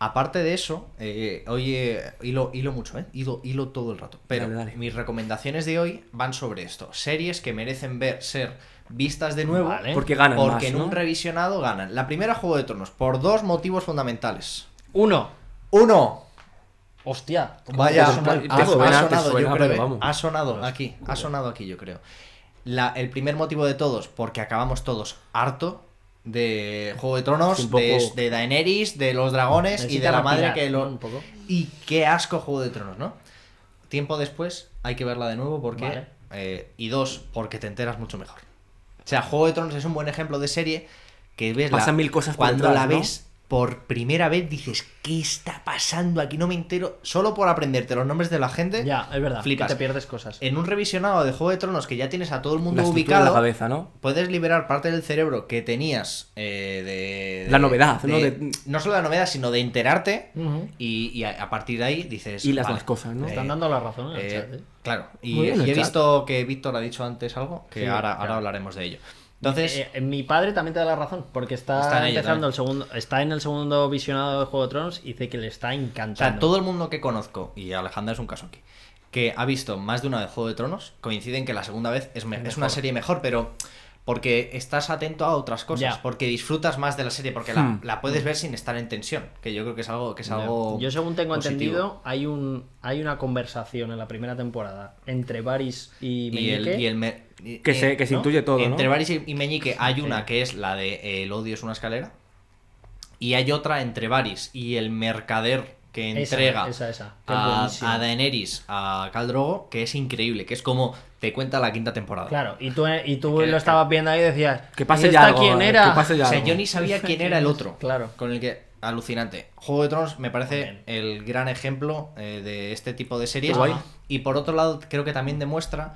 S1: Aparte de eso, eh, oye, hilo, hilo mucho, ¿eh? Hilo, hilo todo el rato. Pero
S3: Dale, dale.
S1: mis recomendaciones de hoy van sobre esto. Series que merecen ver, ser vistas de nuevo,
S4: Vale.
S3: Porque ganan
S1: porque
S3: más,
S1: en
S3: ¿no?
S1: un revisionado ganan. La primera Juego de Tronos, por dos motivos fundamentales.
S4: Uno.
S1: Uno,
S4: Hostia. ¿cómo Ah,
S1: Vaya,
S4: que
S1: ha
S4: son-
S3: te-
S1: ha- ha
S3: suena, te
S1: sonado,
S3: suena,
S1: yo
S3: pero
S1: creo. eh.
S3: vamos.
S1: Ha sonado aquí, ha sonado aquí, yo creo. La- el primer motivo de todos, porque acabamos todos harto de Juego de Tronos,
S3: Sí, un poco-
S1: de, de Daenerys, de los dragones y
S4: Necesita
S1: de la
S4: respirar,
S1: madre que
S4: ¿no?
S1: lo.
S4: Un poco.
S1: Y qué asco Juego de Tronos, ¿no? Tiempo después hay que verla de nuevo porque.
S4: Vale.
S1: eh, y dos, porque te enteras mucho mejor. O sea, Juego de Tronos es un buen ejemplo de serie que ves la-
S3: Pasan mil cosas por
S1: cuando
S3: detrás,
S1: la
S3: ¿no?
S1: ves por primera vez dices qué está pasando aquí no me entero solo por aprenderte los nombres de la gente
S4: Ya, es verdad.
S1: Flipas. Eh,
S4: Que te pierdes cosas.
S1: en un revisionado de Juego de Tronos que ya tienes a todo el
S3: la
S1: mundo
S3: estructura de la
S1: ubicado
S3: cabeza, ¿no?
S1: puedes liberar parte del cerebro que tenías eh, de, de-
S3: La novedad, ¿no?
S1: de-
S3: De-
S1: no solo la novedad sino de enterarte
S4: Ujú.
S1: y, y a, a partir de ahí dices
S3: Y las
S1: vale,
S3: dos cosas, ¿no?
S1: eh,
S4: Están dando la razón en el
S1: eh,
S4: chat, ¿eh?
S1: claro y,
S3: Muy bien, el
S1: y he
S3: chat.
S1: visto que Víctor ha dicho antes algo que
S4: Sí,
S1: ahora, ahora
S4: claro.
S1: hablaremos de ello entonces
S4: Eh, eh, mi padre también te da la razón, porque está,
S1: Está en ello también.
S4: empezando el segundo, está en el segundo visionado de Juego de Tronos y dice que le está
S1: O sea,
S4: encantando.
S1: todo el mundo que conozco, y Alejandra es un caso aquí, que ha visto más de una vez Juego de Tronos, coinciden que la segunda vez es, me- es una serie mejor, pero porque estás atento a otras cosas,
S4: Ya.
S1: porque disfrutas más de la serie, porque la,
S3: Hmm.
S1: la puedes ver sin estar en tensión, que yo creo que es algo que es algo
S4: Yo según tengo
S1: positivo.
S4: entendido, hay un hay una conversación en la primera temporada entre Varys y
S1: Y el,
S4: Meñique.
S1: y el me- y-
S3: Que
S1: eh,
S3: se, que se
S4: ¿no?
S3: intuye todo, ¿no?
S1: Entre Varys y y Meñique hay una que es la de eh, El odio es una escalera. Y hay otra entre Varys y el mercader que
S4: Esa,
S1: entrega
S4: esa, esa, que es
S1: A,
S4: buenísima.
S1: a Daenerys, a Khal Drogo, que es increíble, que es como te cuenta la quinta temporada.
S4: Claro, y tú, y tú
S1: Que-
S4: lo estabas viendo ahí y decías,
S3: Que pase
S4: "¿Y
S3: ya
S4: esta
S3: algo,
S4: quién
S3: eh,
S4: era?
S3: que pase ya
S1: O sea,
S3: algo.
S1: yo ni sabía quién era el otro.
S4: Claro.
S1: Con el que. Alucinante. Juego de Tronos me parece
S4: Amén.
S1: el gran ejemplo eh, de este tipo de series.
S3: Qué guay.
S1: Y por otro lado, creo que también demuestra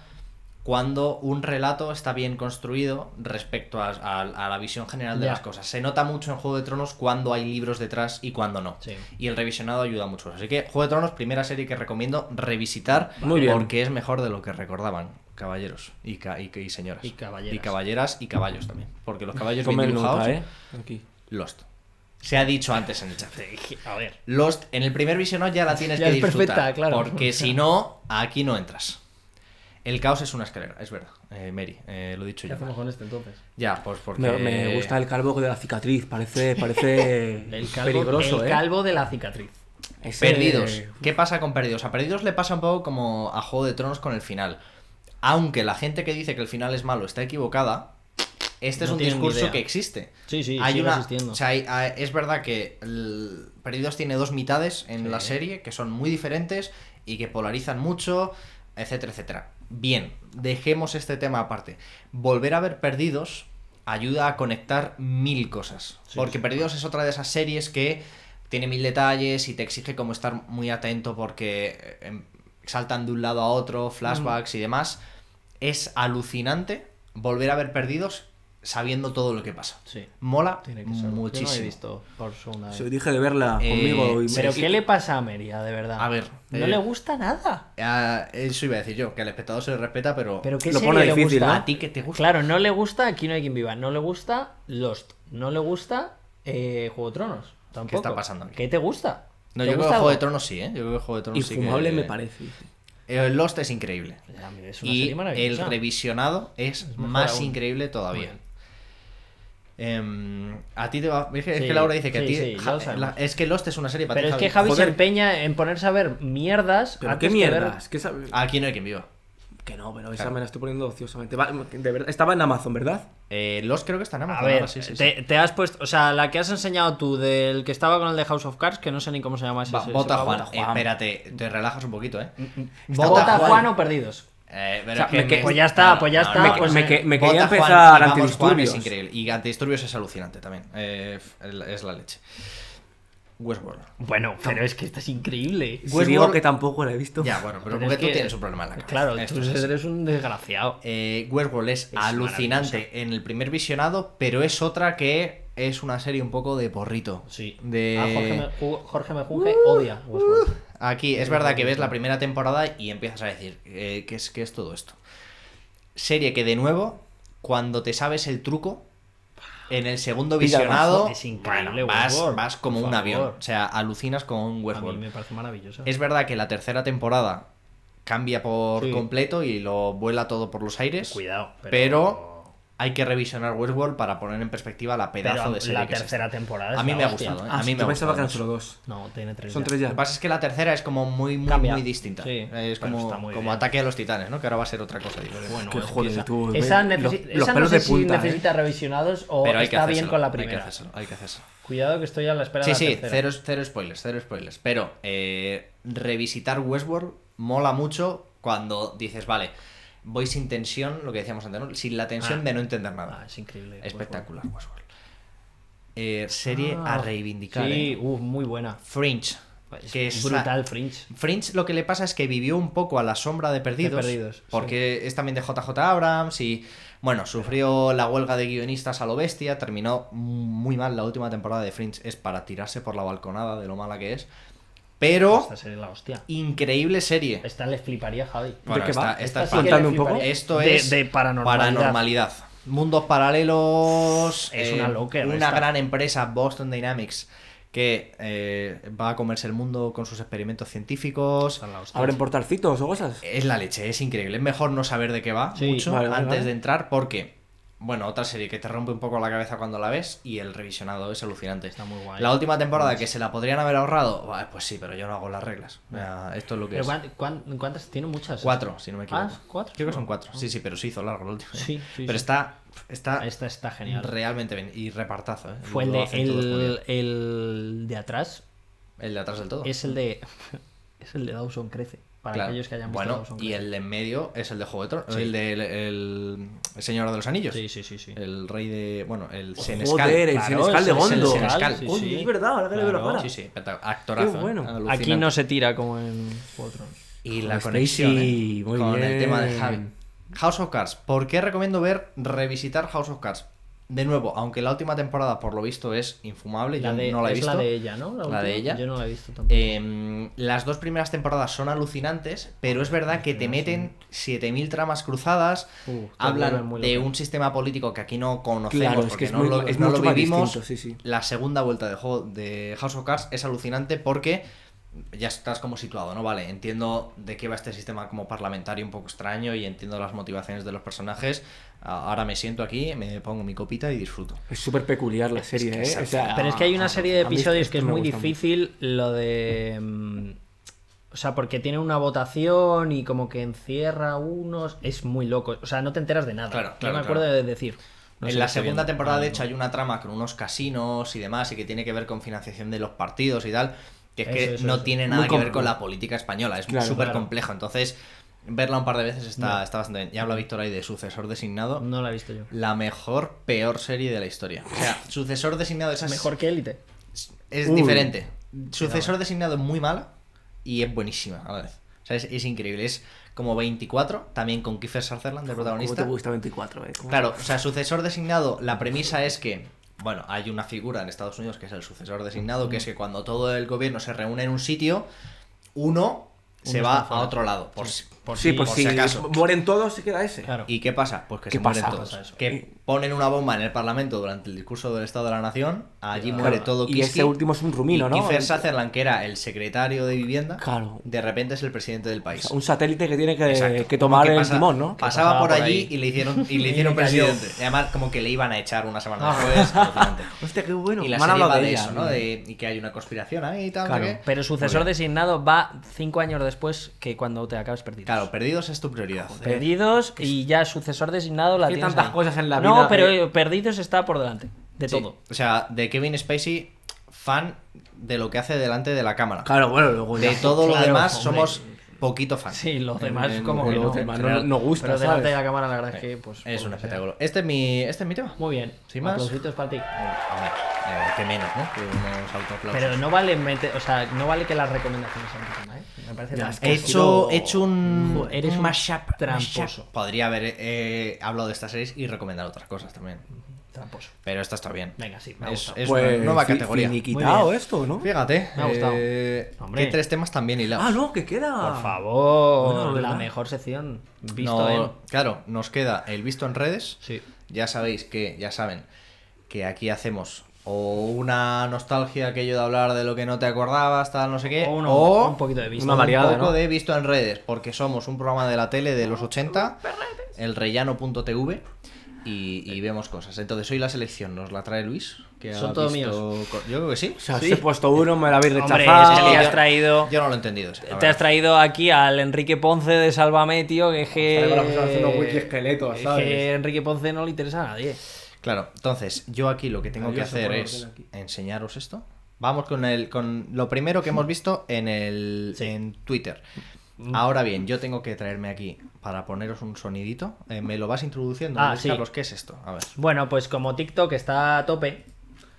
S1: cuando un relato está bien construido respecto a, a- a la visión general de
S4: Ya.
S1: las cosas. Se nota mucho en Juego de Tronos cuando hay libros detrás y cuando no.
S4: Sí.
S1: Y el revisionado ayuda mucho. Así que Juego de Tronos, primera serie que recomiendo revisitar
S3: Muy bien.
S1: porque es mejor de lo que recordaban. Caballeros y, ca- y- y señoras.
S4: Y caballeras.
S1: Y caballeras y caballos también. Porque los caballos bien
S3: Tomen
S1: dibujados.
S3: nota, ¿eh? Aquí.
S1: Lost. Se ha dicho antes en el chat.
S4: A ver,
S1: Lost, en el primer visionado ya la tienes
S4: Ya
S1: que
S4: es
S1: disfrutar.
S4: perfecta, claro.
S1: Porque si no, aquí no entras. El caos es una escalera, es verdad. Eh, Mary, eh, lo he dicho
S4: ¿qué
S1: yo.
S4: hacemos con este entonces?
S1: Ya, pues porque.
S3: Me, me gusta el calvo de la cicatriz, parece, parece
S4: El calvo,
S3: peligroso,
S4: el
S3: ¿eh?
S4: calvo de la cicatriz.
S3: Ese-
S1: Perdidos. ¿Qué pasa con Perdidos? A Perdidos le pasa un poco como a Juego de Tronos con el final. Aunque la gente que dice que el final es malo está equivocada, este es
S4: No
S1: un
S4: tienen ni
S1: discurso
S4: idea.
S1: que existe.
S4: Sí, sí,
S1: hay
S4: sigue
S1: una,
S4: existiendo.
S1: o sea, hay- hay- es verdad que el- Perdidos tiene dos mitades en
S4: Sí.
S1: la serie que son muy diferentes y que polarizan mucho, etcétera, etcétera. Bien, dejemos este tema aparte. Volver a ver Perdidos ayuda a conectar mil cosas.
S4: Sí,
S1: porque
S4: sí.
S1: Perdidos es otra de esas series que tiene mil detalles y te exige como estar muy atento porque eh, em, saltan de un lado a otro,
S4: Mm.
S1: flashbacks y demás. Es alucinante volver a ver Perdidos sabiendo todo lo que pasa.
S4: Sí.
S1: Mola
S4: Tiene que ser. Yo
S1: muchísimo.
S4: no he visto por segunda
S3: Se lo
S4: vez.
S3: dije de verla
S1: Eh,
S3: conmigo y
S4: Pero
S1: Sí.
S4: ¿qué le pasa a Meria, de verdad?
S1: A ver,
S4: no
S1: eh,
S4: le gusta nada.
S1: Ah, eso iba a decir yo, que al espectador se le respeta, pero.
S4: Pero qué
S3: lo
S4: serie
S3: pone
S4: le
S3: difícil,
S4: gusta
S3: ¿no?
S1: a ti que te gusta.
S4: Claro, no le gusta Aquí no hay quien viva, no le gusta Lost, no le gusta eh, Juego de Tronos. Tampoco.
S1: está pasando aquí?
S4: ¿Qué te gusta?
S1: No,
S4: ¿Te
S1: yo creo que
S4: gusta
S1: Juego de
S4: algo?
S1: Tronos sí, ¿eh? Yo creo que Juego de Tronos sí. que-
S3: infumable me parece.
S1: Eh, Lost es increíble.
S4: La- Es una
S1: Y
S4: serie
S1: el
S4: maravillosa.
S1: revisionado es,
S4: mejor
S1: más
S4: aún.
S1: increíble todavía.
S4: Muy
S1: Em, a ti te va. Es que, es
S4: Sí,
S1: que Laura dice que a
S4: sí,
S1: ti.
S4: sí, ya
S1: Ja- eh,
S4: lo sabemos.
S1: la- es que Lost es una serie para
S4: Pero
S1: ti,
S4: es que Javi
S1: Joder,
S4: se empeña en ponerse a ver mierdas.
S3: ¿Pero
S4: antes
S3: qué
S4: que ver-
S3: mierdas? ¿Qué sabe-
S1: Ah, Aquí no hay quien viva.
S3: Ah, Que no, pero esa
S1: Claro.
S3: me la estoy poniendo ociosamente. Va, de verdad, estaba en Amazon, ¿verdad?
S1: Eh, Lost creo que está en Amazon.
S4: A ver,
S1: ahora, sí, sí, sí.
S4: te, te has puesto. O sea, la que has enseñado tú del que estaba con el de House of Cards, que no sé ni cómo se llama ese.
S1: Va,
S4: ese-
S1: vota
S4: ese-
S1: Juan.
S4: Bota
S1: Espérate, te relajas un poquito, ¿eh?
S4: Bota, Juan. o perdidos.
S1: Eh, pero
S3: O sea,
S1: es que
S3: me que-
S1: me-
S4: pues ya está, pues ya está,
S3: me,
S4: pues,
S3: me
S4: eh,
S3: que- me
S1: Ah, Bota
S3: quería
S1: Juan y
S3: empezar
S1: vamos, Juan
S3: antidisturbios.
S1: es increíble. Y antidisturbios es alucinante también. Eh, f- es la leche. Westworld.
S4: Bueno, pero es que esta es increíble.
S3: Si
S1: Westworld-
S3: digo que tampoco la he visto.
S1: Ya, bueno, pero,
S4: Pero
S1: porque
S4: es
S1: tú
S4: que-
S1: tienes un problema en la cabeza.
S4: Claro,
S1: Esto
S4: tú
S1: es así.
S4: eres un desgraciado.
S1: Eh, Westworld es, alucinante en el primer visionado, pero es otra que es una serie un poco de porrito.
S4: Sí.
S1: De... Uh,
S4: Ah, Jorge, me, Ju- Jorge Mejunje odia Westworld.
S1: Aquí es verdad que ves la primera temporada y empiezas a decir, eh, ¿qué, es, ¿qué es todo esto? Serie que de nuevo, cuando te sabes el truco, en el segundo
S3: Pilla
S1: visionado
S4: Es increíble,
S1: vas,
S4: Westworld,
S1: vas como
S4: por
S1: un avión.
S4: favor.
S1: O sea, alucinas con un
S4: A mí
S1: Westworld.
S4: me parece maravillosa.
S1: Es verdad que la tercera temporada cambia por
S4: Sí.
S1: completo y lo vuela todo por los aires.
S4: Cuidado, pero.
S1: pero hay que revisionar Westworld para poner en perspectiva la pedazo
S4: Pero
S1: de serie
S4: la
S1: que es
S4: tercera
S1: esta.
S4: temporada es
S1: A mí
S4: la
S1: me ha
S4: hostia.
S1: gustado, ¿eh?
S3: Ah,
S1: a mí
S3: sí,
S1: me ha
S3: yo pensaba
S1: gustado
S3: que eran
S1: mucho.
S3: solo dos.
S4: No, tiene tres.
S3: Son
S4: ya.
S3: tres
S1: Lo
S3: ya.
S1: que pasa es que la tercera es como muy, muy,
S4: Cambia.
S1: muy distinta.
S4: Sí.
S1: Es
S4: Pero
S1: como,
S4: está muy
S1: como
S4: bien.
S1: Ataque a los Titanes, ¿no? Que ahora va a ser otra cosa diferente.
S4: Bueno,
S3: Que
S4: es que
S3: joder,
S4: esa,
S3: tú,
S4: esa
S3: ve-
S4: necesi-
S3: los- los
S4: esa
S3: pelos
S4: no sé
S3: de punta, ¿eh?
S4: si necesita revisionados o
S1: Pero hay que
S4: Oh, está
S1: hacerlo,
S4: bien con la
S1: Hay
S4: primera.
S1: que hacerlo, hay que hacerlo.
S4: Cuidado que estoy a la espera
S1: Sí,
S4: de la
S1: sí,
S4: tercera.
S1: cero, cero spoilers, cero spoilers. Pero eh, revisitar Westworld mola mucho cuando dices, vale, voy sin tensión, lo que decíamos antes, ¿no? Sin la tensión
S4: Ah.
S1: de no entender nada.
S4: Ah, es increíble.
S1: Espectacular, Westworld. Eh, serie
S4: Ah,
S1: a reivindicar.
S4: Sí,
S1: ¿eh?
S4: uh, muy buena.
S1: Fringe.
S4: Es
S1: Que es
S4: brutal, Fringe.
S1: Fringe lo que le pasa es que vivió un poco a la sombra de Perdidos.
S4: De Perdidos,
S1: porque es también de JJ Abrams y, bueno, sufrió la huelga de guionistas a lo bestia, terminó muy mal la última temporada de Fringe. Es para tirarse por la balconada de lo mala que es. Pero,
S4: Esta sería la hostia.
S1: increíble serie.
S4: Esta le fliparía a Javi.
S1: Bueno,
S3: qué va?
S1: esta, esta
S4: Esta
S1: es
S4: sí que
S1: para-
S4: le
S3: un poco.
S4: fliparía.
S1: Esto
S4: De-
S1: es
S4: de paranormalidad.
S1: paranormalidad. Mundos paralelos. eh,
S4: Es una locker
S1: Una
S4: esta.
S1: gran empresa, Boston Dynamics, que eh, va a comerse el mundo con sus experimentos científicos.
S4: Esta es la hostia.
S3: ¿Abren portalcitos o cosas?
S1: Es la leche, es increíble. Es mejor no saber de qué va
S4: Sí,
S1: mucho
S3: vale, vale,
S1: antes
S3: vale.
S1: de entrar porque, bueno, otra serie que te rompe un poco la cabeza cuando la ves y el revisionado es alucinante.
S4: Está muy guay.
S1: La última temporada que se la podrían haber ahorrado, bah, pues sí, pero yo no hago las reglas. O sea, esto es lo que
S4: Pero
S1: es.
S4: cuán- cuán- ¿Cuántas? Tiene muchas. ¿eh?
S1: Cuatro, si no me equivoco.
S4: Ah, ¿cuatro?
S1: Creo que son
S4: No.
S1: cuatro. Sí, sí, pero se hizo largo el último.
S4: Sí, sí,
S1: Pero
S4: sí.
S1: está, está
S4: Ah, Esta está genial.
S1: realmente bien y repartazo. ¿eh?
S4: Fue el
S1: Lo
S4: de,
S1: hacen todos muy bien.
S4: el, el de atrás.
S1: El de atrás del todo.
S4: Es el de. Es el de Dawson Crece. Para
S1: Claro.
S4: aquellos que hayan visto
S1: bueno,
S4: Dawson
S1: y
S4: Crece.
S1: el de en medio es el de Juego de Tronos,
S4: Sí.
S1: el del el, el Señor de los Anillos.
S4: Sí, sí, sí. sí.
S1: El rey de. Bueno, el Senescal.
S3: Joder, el
S4: Claro,
S3: Senescal de
S4: es el
S3: Gondo.
S1: Senescal,
S4: sí,
S3: Oh,
S4: sí.
S3: Es verdad, ahora que le veo la
S4: Claro,
S3: cara.
S1: Sí, sí, espectac- actorazo.
S3: Qué
S1: ¿eh?
S3: bueno.
S1: Alucinante.
S4: Aquí no se tira como en Juego de Tronos.
S1: Y la
S3: Joder,
S1: conexión
S3: Stacy,
S1: ¿eh?
S3: muy
S1: con el
S3: bien.
S1: tema de Javi. House of Cards. ¿Por qué recomiendo ver, revisitar House of Cards? De nuevo, aunque la última temporada por lo visto es infumable,
S4: La
S1: yo
S4: de-
S1: no la he
S4: es
S1: visto.
S4: la de ella, ¿no?
S1: La
S4: última.
S1: de ella.
S4: Yo no la he visto tampoco.
S1: Eh, las dos primeras temporadas son alucinantes, pero es verdad que te meten 7000 tramas cruzadas,
S4: Uh, te vuelven
S1: hablan
S4: muy
S1: de
S4: loco.
S1: un sistema político que aquí no conocemos
S3: Claro, es
S1: porque
S3: que es
S1: no,
S3: muy-
S1: lo,
S3: es
S1: no lo
S3: mucho más
S1: vivimos.
S3: distinto, sí, sí.
S1: La segunda vuelta de, juego- de House of Cards es alucinante porque ya estás como situado, ¿no? Vale, entiendo de qué va este sistema como parlamentario un poco extraño y entiendo las motivaciones de los personajes. A- Ahora me siento aquí, me pongo mi copita y disfruto.
S3: Es súper peculiar la serie,
S1: que es
S3: ¿eh? O sea,
S4: Pero es que hay una serie de
S3: a mí
S4: episodios
S3: esto
S4: que es
S3: me
S4: muy
S3: gusta mucho.
S4: difícil lo de... mm, O sea, porque tiene una votación y como que encierra unos... Es muy loco. O sea, no te enteras de nada.
S1: Claro,
S4: No
S1: claro,
S4: me acuerdo
S1: claro.
S4: de decir. No sé
S1: en
S4: lo
S1: la
S4: estoy
S1: segunda
S4: viendo.
S1: temporada,
S4: Ah,
S1: de
S4: no.
S1: hecho, hay una trama con unos casinos y demás, y que tiene que ver con financiación de los partidos y tal, que es que
S4: Eso, eso,
S1: no
S4: eso.
S1: tiene
S3: Muy
S1: nada que ver
S3: complejo.
S1: con la política española, es
S3: Claro,
S1: súper
S4: claro.
S1: complejo. Entonces, verla un par de veces está, está bastante bien. Ya habla Víctor ahí de sucesor designado,
S4: No la he visto yo.
S1: la mejor, peor serie de la historia. O sea, sucesor designado esa es,
S4: Mejor que Élite.
S1: es
S3: Uy.
S1: diferente. Sucesor designado es muy mala y es buenísima a la vez. O sea, es, es increíble. Es como 24, también con Kiefer Sutherland, el
S3: ¿Cómo
S1: protagonista.
S3: te gusta 24, eh? ¿Cómo?
S1: Claro, o sea, sucesor designado, la premisa es que, bueno, hay una figura en Estados Unidos que es el sucesor designado, que es que cuando todo el gobierno se reúne en un sitio, uno se
S4: Uno
S1: va
S4: está fuera.
S1: a otro lado, por, si-
S4: Por
S3: Sí, pues
S1: por
S3: si
S1: si acaso.
S3: mueren todos, se queda ese.
S4: Claro.
S1: ¿Y qué pasa? Pues que
S3: ¿Qué
S1: se mueren
S3: pasa?
S1: todos.
S4: Pasa eso.
S1: Que ponen una bomba en el Parlamento durante el discurso del Estado de la Nación, allí
S3: Claro,
S1: muere todo
S3: y ese
S1: Kiski,
S3: último es un rumino,
S1: y
S3: ¿no?
S1: Kiefer Sutherland, que era el secretario de Vivienda,
S3: Claro.
S1: de repente es el presidente del
S3: O
S1: país.
S3: sea, un satélite que tiene que,
S1: Exacto.
S3: que tomar
S1: Como
S3: el
S1: pasa-
S3: timón, ¿no?
S1: Pasaba,
S4: pasaba
S1: por,
S4: por
S1: allí
S4: ahí.
S1: y le hicieron, y le
S4: Y
S1: hicieron
S4: le cayó.
S1: presidente. Y además, como que le iban a echar una semana
S4: Ah.
S1: después. alucinante.
S3: Hostia, qué bueno.
S1: y la
S3: Me han
S1: serie
S3: hablado
S1: va de,
S3: ella,
S1: eso, ¿no?
S3: mira.
S1: De- y que hay una conspiración ahí y tal. no
S3: Claro,
S1: sé qué.
S4: Pero sucesor
S1: Muy bien.
S4: designado va cinco años después que cuando te acabes perdido.
S1: Claro, perdidos es tu prioridad.
S4: Perdidos y ya sucesor designado la
S3: que hay
S4: tienes
S3: tantas
S4: ahí.
S3: cosas en la
S4: no,
S3: vida
S4: pero
S3: que-
S4: eh, Perdidos está por delante de
S1: Sí.
S4: todo.
S1: O sea, de Kevin Spacey, fan de lo que hace delante de la cámara.
S3: Claro, bueno, luego
S1: De
S3: ya-
S1: todo lo
S4: claro,
S1: demás
S4: hombre.
S1: somos poquito fan.
S4: Sí, los demás
S1: en-
S4: como
S1: en-
S4: que
S1: en
S4: no.
S1: general.
S3: no, no gusta,
S4: pero delante de
S3: ¿sabes?
S4: la cámara la verdad es que pues
S1: Eh, Es
S4: por
S1: un
S4: lo que sea.
S1: espectáculo. Este es mi, este es mi tema.
S4: Muy bien.
S1: Sin más.
S4: Aplausitos para ti.
S1: Hombre, eh, qué menos, ¿no? Que unos autoaplausos.
S4: Pero no vale meter- o sea, no vale que las recomendaciones sean tu tema, ¿eh? Me parece
S3: Ya,
S4: tan-
S3: es que
S1: He
S3: si
S1: hecho,
S3: no-
S1: he hecho un,
S4: Jo, eres
S1: un
S4: un
S1: mashup
S4: tramposo.
S1: mashup. Podría haber eh, hablado de estas series y recomendar otras cosas también.
S4: tramposo.
S1: Pero esta está bien.
S4: Venga, sí, me ha
S1: Es-
S4: gustado.
S1: es-
S3: Pues,
S1: una nueva
S3: fi-
S1: categoría.
S4: Muy
S3: Finiquitado
S4: bien.
S3: esto, ¿no?
S1: Fíjate.
S4: Me ha gustado.
S1: eh,
S4: Hombre.
S1: qué tres temas también hilados.
S3: Ah, no, que queda.
S4: Por favor,
S3: Bueno,
S4: la
S3: ¿verdad?
S4: mejor sección visto
S1: No,
S4: en
S1: Claro, nos queda el visto en redes.
S4: Sí.
S1: Ya sabéis que, ya saben, que aquí hacemos o una nostalgia que yo de hablar de lo que no te acordabas, tal, no sé qué.
S4: O uno- un poquito de visto.
S3: Una
S1: un
S3: variada,
S1: poco
S3: ¿no?
S1: de visto en redes, porque somos un programa de la tele de los 80, elrellano.tv, y, y vemos cosas. Entonces, hoy la selección nos la trae Luis. Que
S4: Son
S1: ha
S4: todos
S1: visto
S4: míos.
S1: co- Yo creo que sí.
S3: O sea,
S1: Sí.
S3: si he puesto uno, me lo habéis
S4: Hombre,
S3: rechazado.
S4: es que te has
S1: yo-
S4: traído
S1: Yo no lo he entendido. ese, la
S4: te has
S1: verdad.
S4: traído aquí al Enrique Ponce de Salvame, tío, que es que
S3: Ahora vamos a hacer unos wiki esqueletos,
S4: es
S3: ¿sabes?
S4: que Enrique Ponce no le interesa a nadie.
S1: Claro, entonces, yo aquí lo que tengo que
S3: Adiós,
S1: hacer
S3: socorro,
S1: es
S3: ven aquí.
S1: enseñaros esto. Vamos con el con lo primero que hemos visto en el en Twitter.
S4: Mm.
S1: Ahora bien, yo tengo que traerme aquí para poneros un sonidito. Eh, me lo vas introduciendo,
S4: Ah,
S1: Luis
S4: sí.
S1: Carlos, ¿qué es esto? A ver.
S4: Bueno, pues como TikTok está a tope,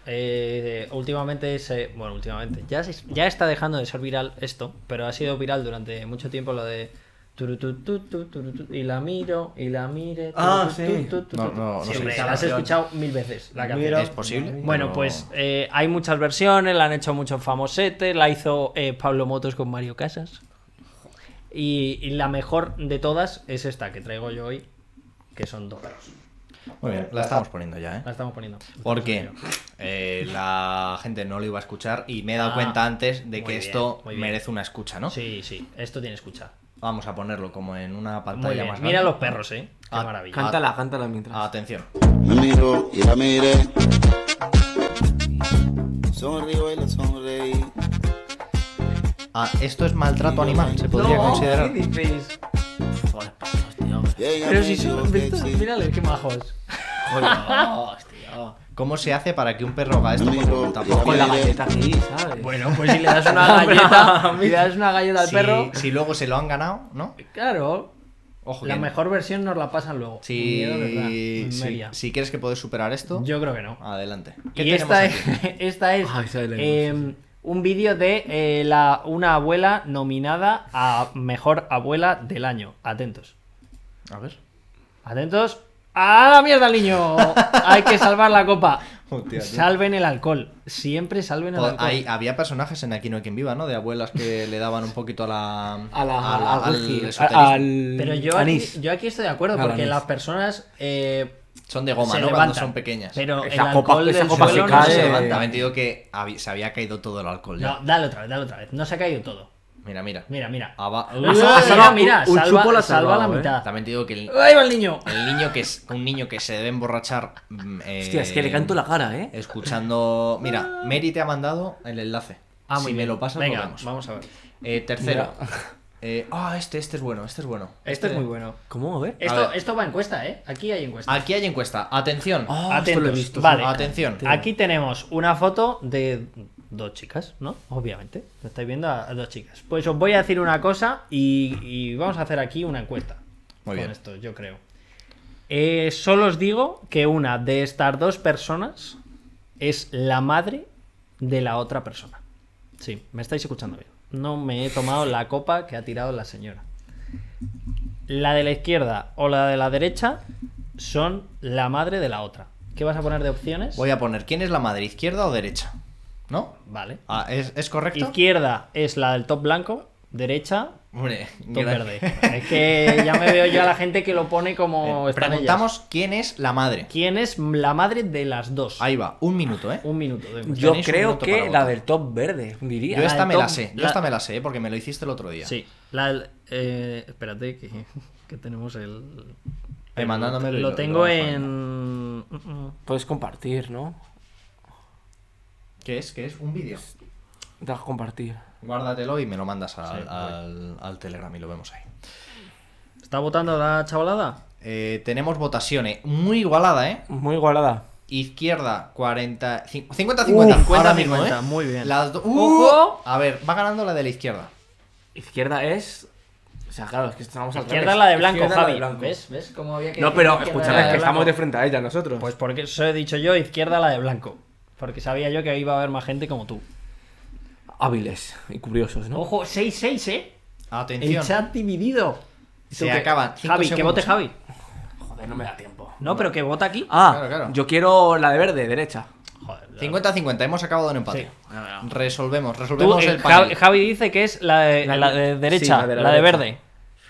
S4: eh, últimamente se. Bueno, últimamente. Ya, se- ya está dejando de ser viral esto, pero ha sido viral durante mucho tiempo lo de. turu, tu, tu, tu, turu, tu, y la miro, y la mire. turu,
S3: Ah,
S4: tu,
S3: sí.
S4: tu, tu, tu,
S1: No,
S4: tu.
S1: no, no
S4: Sí,
S1: sé.
S4: hombre,
S1: Esa
S4: la has
S1: canción.
S4: escuchado mil veces la canción.
S1: ¿Es posible?
S4: Bueno,
S1: Pero-
S4: pues eh, hay muchas versiones, la han hecho muchos famosetes, la hizo eh, Pablo Motos con Mario Casas. Y, y la mejor de todas es esta que traigo yo hoy, que son dos.
S1: Muy bien, la estamos poniendo ya,
S4: La
S1: ¿eh?
S4: estamos poniendo.
S1: Porque eh, la gente no lo iba a escuchar y me he dado
S4: Ah,
S1: cuenta antes de
S4: muy
S1: que
S4: bien,
S1: esto
S4: muy bien.
S1: merece una escucha, ¿no?
S4: Sí, sí, esto tiene escucha.
S1: Vamos a ponerlo como en una
S4: Muy
S1: pantalla
S4: bien.
S1: más grande.
S4: Mira los perros, eh. Qué
S1: Ah,
S4: maravilla.
S3: Cántala, cántala mientras.
S1: Atención.
S5: Me miro y la mire. Sonrío y la sonreí.
S1: Ah, esto es maltrato animal, se podría
S4: No,
S1: considerar.
S4: ¿qué dices?
S5: Y ella
S4: Pero
S5: me
S4: si
S5: dijo
S4: son.
S5: que
S4: ¿viste?
S5: sí.
S4: Mírale, qué majos.
S1: Oh, ¿Cómo se hace para que un perro haga esto Pues, por
S5: Amigo,
S1: voluntad
S5: yo-
S1: propia?
S3: Con la galleta aquí, ¿sabes?
S4: Bueno, pues si le das una galleta, si le das una galleta al
S1: Si-
S4: perro,
S1: Si luego se lo han ganado, ¿no?
S4: claro.
S1: Ojo
S4: La
S1: que-
S4: mejor versión nos la pasan luego.
S1: Si,
S4: Miedo, ¿verdad?
S1: si-
S4: Media.
S1: si quieres que puedes superar esto,
S4: Yo creo que no.
S1: adelante. Ah, ¿Qué
S4: Y
S1: tenemos
S4: esta es,
S1: aquí?
S4: esta es
S3: Ay, esa es la
S4: eh, un vídeo de eh, la, una abuela nominada a mejor abuela del año. Atentos.
S1: A ver.
S4: Atentos. ¡A la mierda, niño! Hay que salvar la copa.
S1: Hostia, tío.
S4: Salven el alcohol. Siempre salven el
S1: Joder,
S4: alcohol.
S1: hay- había personajes en Aquí no hay quien viva, ¿no? De abuelas que le daban un poquito a la...
S3: A la,
S1: a la-
S3: al,
S1: al
S3: whisky,
S1: esoterismo.
S3: al
S4: Pero yo aquí,
S3: anís.
S4: yo aquí estoy de acuerdo
S3: Al
S4: porque
S3: anís.
S4: las personas eh,
S1: Son de goma,
S4: se
S1: ¿no? Cuando
S4: levantan.
S1: son pequeñas.
S4: Pero
S3: Esa
S4: el
S3: copa-
S4: alcohol
S3: esa
S4: del
S3: copa se
S4: suelo
S1: no
S4: no
S3: cae.
S1: se
S4: se
S1: levanta.
S4: levanta.
S1: También te digo que habi- se había caído todo el alcohol ya.
S4: No, dale otra vez, dale otra vez. No se ha caído todo.
S1: Mira, mira.
S4: Mira, mira.
S1: Aba-
S4: Ah, sa-
S3: ha salvado
S4: mira,
S3: un- un
S4: salva,
S3: chupo la ha
S4: salva la
S3: salvado, ¿eh?
S4: mitad.
S1: También te digo que el,
S4: ¡Ahí va el niño!
S1: El niño que es un niño que se debe emborrachar. mm, eh,
S3: Hostia, es que le canto la cara, ¿eh?
S1: Escuchando. Mira, Mary te ha mandado el enlace.
S4: Ah,
S1: si
S4: muy
S1: me
S4: bien.
S1: lo pasas,
S4: Venga,
S1: lo vemos.
S4: vamos a ver.
S1: Eh, tercero.
S3: Mira.
S1: Eh, Ah, este, este es bueno, este es bueno.
S4: Este, es muy bueno.
S3: ¿Cómo? A ver.
S4: Esto,
S1: ver.
S4: esto va a encuesta, ¿eh? Aquí hay encuesta.
S1: Aquí hay encuesta. Atención.
S3: Ah, esto
S4: Atentos.
S3: lo he visto.
S4: Vale.
S1: Atención.
S4: Aquí tenemos una foto de dos chicas, ¿no? Obviamente. Lo estáis viendo a, a dos chicas. Pues os voy a decir una cosa y, y vamos a hacer aquí una encuesta.
S1: Muy
S4: con
S1: bien.
S4: esto, yo creo. Eh, solo os digo que una de estas dos personas es la madre de la otra persona. Sí, me estáis escuchando bien. No me he tomado la copa que ha tirado la señora. La de la izquierda o la de la derecha son la madre de la otra. ¿Qué vas a poner de opciones?
S1: Voy a poner quién es la madre, izquierda o derecha. ¿No?
S4: Vale.
S1: Ah, ¿es, es correcto?
S4: Izquierda es la del top blanco derecha,
S1: Hombre,
S4: todo
S1: gra-
S4: verde. Es que ya me veo yo a la gente que lo pone como
S1: Eh,
S4: están ellas.
S1: Preguntamos quién es la madre.
S4: ¿Quién es la madre de las dos?
S1: Ahí va, un minuto, ¿eh?
S4: Un minuto. de-
S3: Yo
S1: Tenéis un
S3: creo
S1: minuto
S3: que
S1: para
S3: la
S1: votar.
S3: del top verde, diría.
S1: Yo esta
S4: del
S1: me la
S4: top-
S1: sé, yo
S4: la-
S1: esta me la sé, ¿eh? porque me lo hiciste el otro día.
S4: Sí. La, eh, espérate, que, que tenemos el.
S1: Ve mandándomelo y
S4: Lo
S1: lo-
S4: tengo
S1: y lo vamos
S4: en. Mm, mm.
S3: Puedes compartir, ¿no?
S1: ¿Qué es? ¿Qué es? Un vídeo.
S3: Das compartir.
S1: Guárdatelo y me lo mandas al, al- al Telegram y lo vemos ahí.
S4: ¿Está votando la chavalada?
S1: Eh, tenemos votaciones muy igualada, ¿eh?
S3: Muy igualada.
S1: Izquierda 40 cin- 50-50
S4: Uf,
S1: ahora
S4: ahora
S1: mismo,
S4: 50,
S1: ¿eh?
S4: muy bien.
S1: Las do- ¡Uh!
S4: Ojo.
S1: A ver, va ganando la de la izquierda.
S3: Izquierda es. O sea, claro, es que estamos al
S4: Izquierda
S3: revés.
S4: la de blanco,
S3: Izquierda la
S4: Javi.
S3: de blanco.
S4: ¿Ves? ¿Ves cómo había que
S3: No, pero
S4: izquierda
S3: escúchame,
S4: la
S3: es
S4: de
S3: que estamos de
S4: blanco?
S3: frente a ella nosotros.
S4: Pues porque eso he dicho yo, izquierda la de blanco. Porque sabía yo que iba a haber más gente como tú.
S3: hábiles y curiosos, ¿no?
S4: Ojo, 6-6, ¿eh? El
S1: Atención.
S4: chat dividido.
S1: Se
S4: Tú que-
S1: acaban cinco
S4: Javi, que
S1: segundos,
S4: vote
S1: ¿eh?
S4: Javi.
S3: Joder, no me da tiempo.
S4: No, pero que vota aquí.
S3: Ah,
S1: Claro, claro.
S3: yo quiero la de verde, derecha.
S4: Joder, la-
S1: 50-50, hemos acabado en empate.
S4: Sí. Ah,
S1: Resolvemos,
S4: Tú,
S1: resolvemos
S4: eh,
S1: el
S4: Javi,
S1: panel.
S4: Javi dice que es la de,
S3: La-
S4: la de derecha,
S3: sí,
S4: la
S3: la
S4: de,
S3: de la derecha.
S4: verde.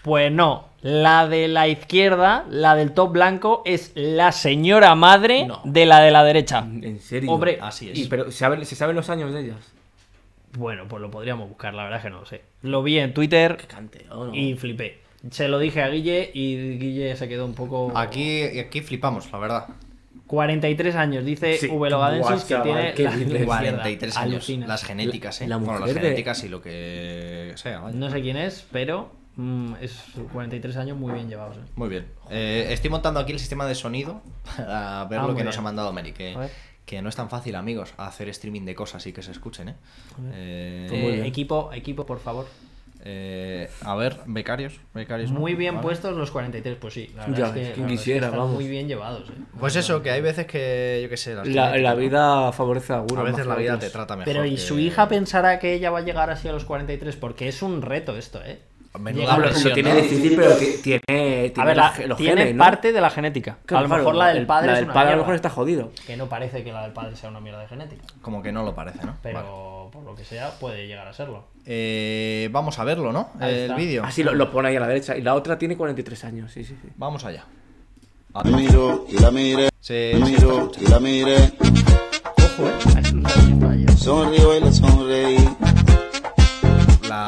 S4: Pues no, la de la izquierda, la del top blanco, es la señora madre
S3: No.
S4: de la de la derecha.
S3: En serio.
S4: Hombre,
S1: Así es.
S3: Y, pero ¿se saben, se saben los años de ellas.
S4: Bueno, pues lo podríamos buscar, la verdad es que no lo sé. Lo vi en Twitter
S3: Cante, ¿o no?
S4: y flipé. Se lo dije a Guille y Guille se quedó un poco...
S1: Aquí, aquí flipamos, la verdad.
S4: 43 años, dice
S3: Sí.
S4: V. Logadensus,
S3: Buah,
S4: que
S3: chaval,
S4: tiene
S3: qué
S4: la
S3: bien.
S4: izquierda.
S1: 43 años.
S4: Alucina.
S1: Las genéticas, ¿eh?
S3: La
S1: bueno, las
S3: mujer de-
S1: genéticas y lo que sea. vaya.
S4: No sé quién es, pero mm, es 43 años muy bien llevados. ¿eh?
S1: Muy bien. Eh, estoy montando aquí el sistema de sonido para ver
S4: Ah,
S1: lo
S4: muy
S1: que nos
S4: bien.
S1: ha mandado Mary.
S4: A
S1: Que,
S4: ver.
S1: que no es tan fácil, amigos, hacer streaming de cosas y que se escuchen, ¿eh? Eh,
S3: Pues muy
S4: Eh,
S3: bien.
S4: equipo, equipo, por favor.
S1: eh, a ver, becarios. becarios ¿no?
S4: Muy bien
S1: Vale.
S4: puestos los 43, pues sí. La verdad
S3: Ya
S4: es que,
S3: ves,
S4: la
S3: quien
S4: verdad es que
S3: quisiera,
S4: están
S3: vamos.
S4: muy bien llevados. ¿eh?
S1: Pues eso, que hay veces que, yo qué sé, las
S3: La,
S1: genéticas,
S3: la
S1: ¿no?
S3: vida favorece a algunos.
S1: A veces
S3: más
S1: la
S3: que a
S1: vida te
S3: otros.
S1: trata mejor.
S4: Pero ¿y
S1: que-
S4: su hija pensará que ella va a llegar así a los 43? Porque es un reto esto, ¿eh.
S1: Menuda
S4: Llegar a
S3: Lo-
S4: los-
S1: presión,
S3: Lo tiene
S1: ¿no?
S3: difícil, pero ti- tiene, tiene
S4: A ver,
S3: la-
S4: la-
S3: los
S4: tiene
S3: genes, ¿no?
S4: parte de la genética.
S3: Claro,
S4: a lo mejor
S3: claro,
S4: la del
S3: el-
S4: padre
S3: la
S4: es
S3: del
S4: una
S3: padre a lo
S4: mierda.
S3: mejor está jodido.
S4: Que no parece que la del padre sea una mierda de genética.
S1: Como que no lo parece, ¿no?
S4: Pero
S1: Vale.
S4: por lo que sea, puede llegar a serlo.
S1: Eh, vamos a verlo, ¿no?
S4: Ahí
S1: El
S4: está.
S1: vídeo.
S3: Así Ah, lo, lo pone ahí a la derecha. Y la otra tiene 43 años, sí, sí, sí.
S1: Vamos allá.
S5: Me miro y la miré,
S1: Se,
S5: me
S1: se está
S5: miro y
S1: escuchando.
S5: la miré,
S1: Ojo, eh.
S5: sonrío y le sonreí.
S1: La...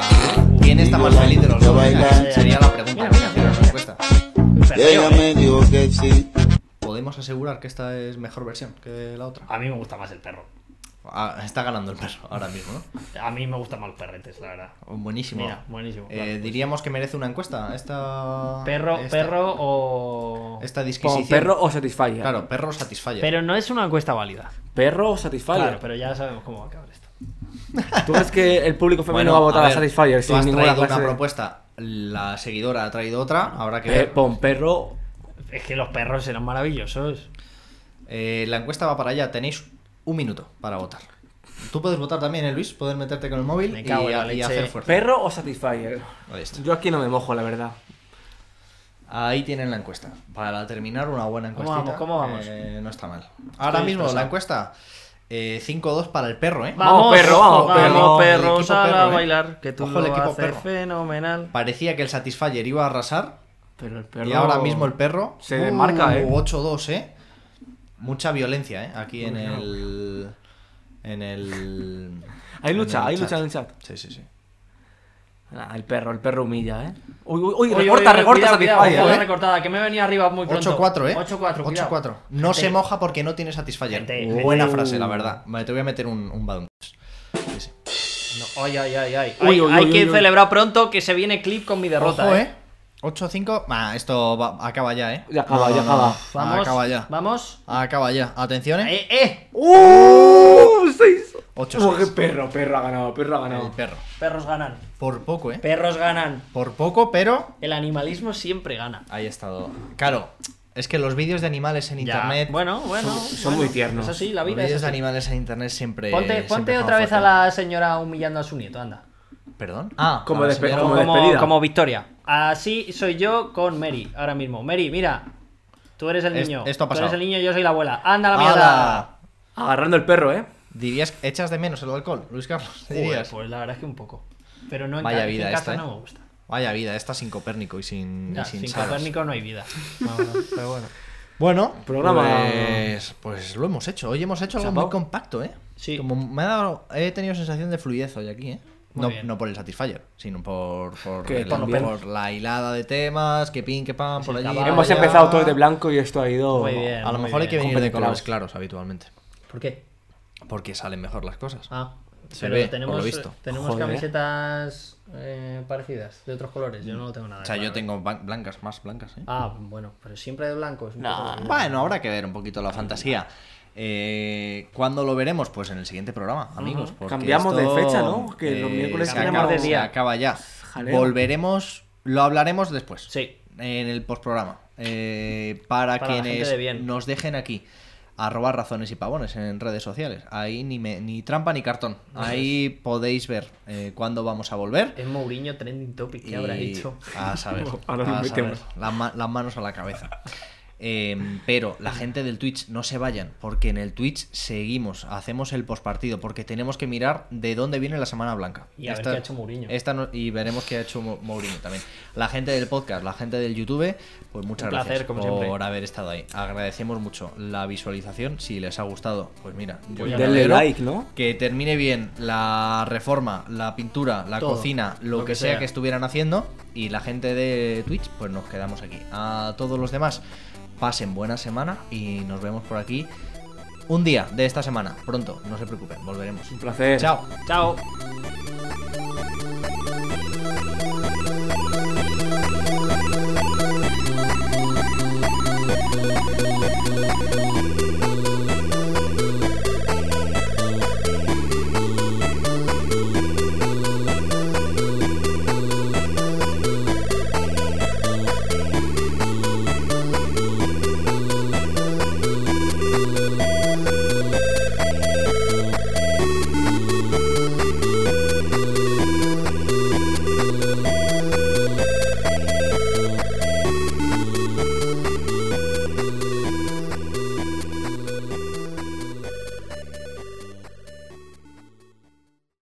S1: ¿Quién está más feliz de los
S5: Ya
S1: dos?
S5: baila.
S1: Esa Sería la pregunta.
S4: Mira, mira,
S1: Sería la respuesta.
S5: Ella
S4: eh.
S5: me dijo que sí,
S1: Podemos asegurar que esta es mejor versión que la otra.
S4: A mí me gusta más el perro.
S1: Ah, está ganando el perro ahora mismo, ¿no?
S4: A mí me gustan más los perretes, la verdad.
S1: Buenísimo.
S4: Mira, buenísimo.
S1: Eh,
S4: Vale, pues.
S1: diríamos que merece una encuesta. Esta.
S4: Perro,
S1: Ah, esta-
S4: perro o.
S1: Esta
S3: Como
S1: disquisición.
S3: perro o satisfyer.
S1: Claro, perro satisfalle.
S4: Pero no es una encuesta válida.
S3: Perro o satisfyer.
S4: Claro, pero ya sabemos cómo va a acabar esto.
S3: ¿Tú crees que el público femenino va a votar a,
S1: ver,
S3: satisfyer
S1: tú
S3: sin
S1: has
S3: ninguna
S1: traído
S3: clase
S1: una
S3: de-
S1: propuesta. La seguidora ha traído otra. Habrá que
S3: Eh,
S1: ver.
S3: pon perro.
S4: Es que los perros eran maravillosos.
S1: Eh, la encuesta va para allá. Tenéis un minuto para votar. Tú puedes votar también, ¿eh, Luis. Puedes meterte con el móvil
S4: Me
S1: y,
S4: cago en la
S1: y
S4: leche.
S1: hacer fuerza.
S3: ¿Perro o satisfyer?
S1: Ahí está.
S3: Yo aquí no me mojo, la verdad.
S1: Ahí tienen la encuesta. Para terminar, una buena
S4: ¿Cómo
S1: encuesta.
S4: vamos? ¿Cómo vamos?
S1: no está mal. Ahora mismo
S4: estresado.
S1: la encuesta. eh, 5-2 para el perro, ¿eh?
S3: Vamos, perro, vamos,
S1: perro.
S4: perros,
S1: Equipo
S4: a la
S1: perro, eh.
S4: bailar, que tú
S1: Ojo, el
S4: lo
S1: equipo
S4: haces
S1: perro.
S4: fenomenal.
S1: Parecía que el Satisfyer iba a arrasar.
S3: Pero el perro.
S1: Y ahora mismo el perro. uh,
S3: Se desmarca, ¿eh?
S1: 8-2, ¿eh? Mucha violencia, ¿eh? Aquí en el. En el.
S3: Hay lucha,
S1: en el
S3: hay
S1: chat.
S3: lucha en el chat.
S1: Sí, sí, sí.
S3: Ah, el perro, el perro humilla, ¿eh? Uy, uy, uy,
S4: Oye, oye,
S3: recorta,
S4: oye,
S3: recorta
S4: cuidado, cuidado,
S3: satisfyer.
S4: cuidado,
S3: ¿eh?
S4: recortada, que me venía arriba muy pronto.
S1: 8-4, ¿eh?
S4: 8-4, cuidado.
S1: 8-4. No se moja porque no tiene Satisfyer.
S4: Gente,
S1: Buena
S4: gente.
S1: frase, la verdad. Me te voy a meter un, un badum. Sí, sí.
S4: No, ay, ay, ay, ay.
S3: Uy,
S4: Hay-
S3: uy,
S4: hay
S3: uy,
S4: que
S3: uy, uy.
S4: celebrar pronto que se viene clip con mi derrota.
S1: Ojo,
S4: eh.
S1: ¿eh? 8-5. Ah, esto va- acaba ya, ¿eh?
S3: Ya acaba, ya acaba.
S4: Vamos,
S1: Ah, Acaba ya.
S4: vamos.
S1: Acaba ya. Atención, ¿eh?
S4: Eh, eh.
S3: ¡Uh! ¡Seis!
S1: Ocho,
S3: Oh, qué
S1: seis.
S3: perro, perro ha ganado, perro ha ganado.
S1: El perro.
S4: Perros ganan.
S1: Por poco, ¿eh?
S4: Perros ganan.
S1: Por poco, pero...
S4: El animalismo siempre gana.
S1: Ahí ha estado. Claro, es que los vídeos de animales en
S4: Ya.
S1: internet...
S4: Bueno, bueno.
S3: son
S4: bueno.
S3: muy tiernos.
S4: Eso sí, la
S1: los
S4: vida
S1: vídeos
S4: es
S1: de
S4: así.
S1: animales en internet siempre...
S4: Ponte,
S1: siempre
S4: ponte
S1: son
S4: otra vez a
S1: fuertes.
S4: la señora humillando a su nieto, anda.
S1: ¿Perdón? Ah,
S3: Como
S1: a la
S3: despe-
S1: señora-
S3: como-
S4: Como,
S3: despedida.
S4: como Victoria. Así soy yo con Mary ahora mismo. Mary, mira. Tú eres el
S1: Es-
S4: niño.
S1: esto ha
S4: Tú eres
S1: pasado.
S4: el niño, yo soy la abuela. Anda la mierda.
S1: ¡Hala!
S3: Agarrando el perro, ¿eh?
S1: ¿Dirías que echas de menos el alcohol, Luis Carlos?
S4: Joder,
S1: ¿Dirías?
S4: pues la verdad es que un poco. pero no en,
S1: Vaya
S4: ca-
S1: vida
S4: en casa
S1: esta, ¿eh?
S4: no me gusta.
S1: Vaya vida, esta sin Copérnico y sin,
S4: Ya,
S1: y sin
S4: sin
S1: Salas.
S4: Copérnico no hay vida. No, no, pero bueno.
S1: Bueno,
S3: Programa.
S1: Pues, pues lo hemos hecho. Hoy hemos hecho algo
S3: Chapao.
S1: muy compacto, ¿eh?
S4: Sí.
S1: Como me ha dado, he tenido sensación de fluidez hoy aquí, ¿eh?
S4: Muy
S1: No,
S4: bien.
S1: no por el Satisfyer, sino por, por,
S3: Que
S1: el-
S3: por lo
S1: por la hilada de temas, que pin, que pam, por
S4: el
S1: allí.
S4: caballo.
S1: por
S3: Hemos
S1: allá.
S3: empezado todo de blanco y esto ha ido.
S4: Muy bien.
S1: A lo
S4: Muy
S1: mejor hay que
S4: bien.
S1: venir de
S3: Complicados.
S1: colores claros habitualmente,
S4: ¿Por qué?
S1: porque salen mejor las cosas.
S4: Ah,
S1: Se
S4: pero
S1: ve,
S4: tenemos,
S1: por lo visto.
S4: tenemos
S3: Joder.
S4: camisetas eh, parecidas, de otros colores. Yo no tengo nada.
S1: o sea, yo
S4: claro.
S1: tengo ban- blancas, más blancas, ¿eh?
S4: Ah, bueno, pero siempre de blanco. es un
S3: Nah.
S4: poco-
S1: Bueno, habrá que ver un poquito la fantasía. Eh, ¿Cuándo lo veremos? Pues en el siguiente programa, amigos. porque
S3: Cambiamos de
S1: esto, eh,
S3: fecha, ¿no? Que los miércoles
S1: se
S4: cambiamos
S1: acaba,
S4: de
S1: se
S4: día.
S1: acaba ya.
S3: Jaleo.
S1: Volveremos, lo hablaremos después.
S4: Sí.
S1: En el postprograma. Eh, para,
S4: Para la gente
S1: quienes
S4: de bien.
S1: nos dejen aquí. Arroba razones y pavones en redes sociales. Ahí ni, me- ni trampa ni cartón. Ahí podéis ver eh, cuándo vamos a volver.
S4: Es Mourinho trending topic que habrá
S1: Y
S4: hecho.
S1: A saber.
S3: Ahora
S1: a
S3: nos metemos.
S1: saber. Las, ma- las manos a la cabeza. Eh, pero la gente del Twitch no se vayan, porque en el Twitch seguimos, hacemos el postpartido, porque tenemos que mirar de dónde viene la Semana Blanca.
S4: Y a ver qué ha hecho Mourinho.
S1: esta no- y veremos qué ha hecho Mo- Mourinho también. La gente del podcast, la gente del YouTube, pues muchas
S4: Un placer,
S1: gracias
S4: como
S1: por
S4: siempre.
S1: haber estado ahí. Agradecemos mucho la visualización. Si les ha gustado, pues mira, yo
S4: ya
S1: me
S3: Denle
S1: alegro.
S3: like, ¿no?
S1: Que termine bien la reforma, la pintura, la
S4: Todo.
S1: cocina, lo, que, sea que estuvieran haciendo. Y la gente de Twitch, pues nos quedamos aquí. A todos los demás, pasen buena semana y nos vemos por aquí un día de esta semana. Pronto, no se preocupen, volveremos.
S3: Un placer.
S1: Chao.
S4: Chao.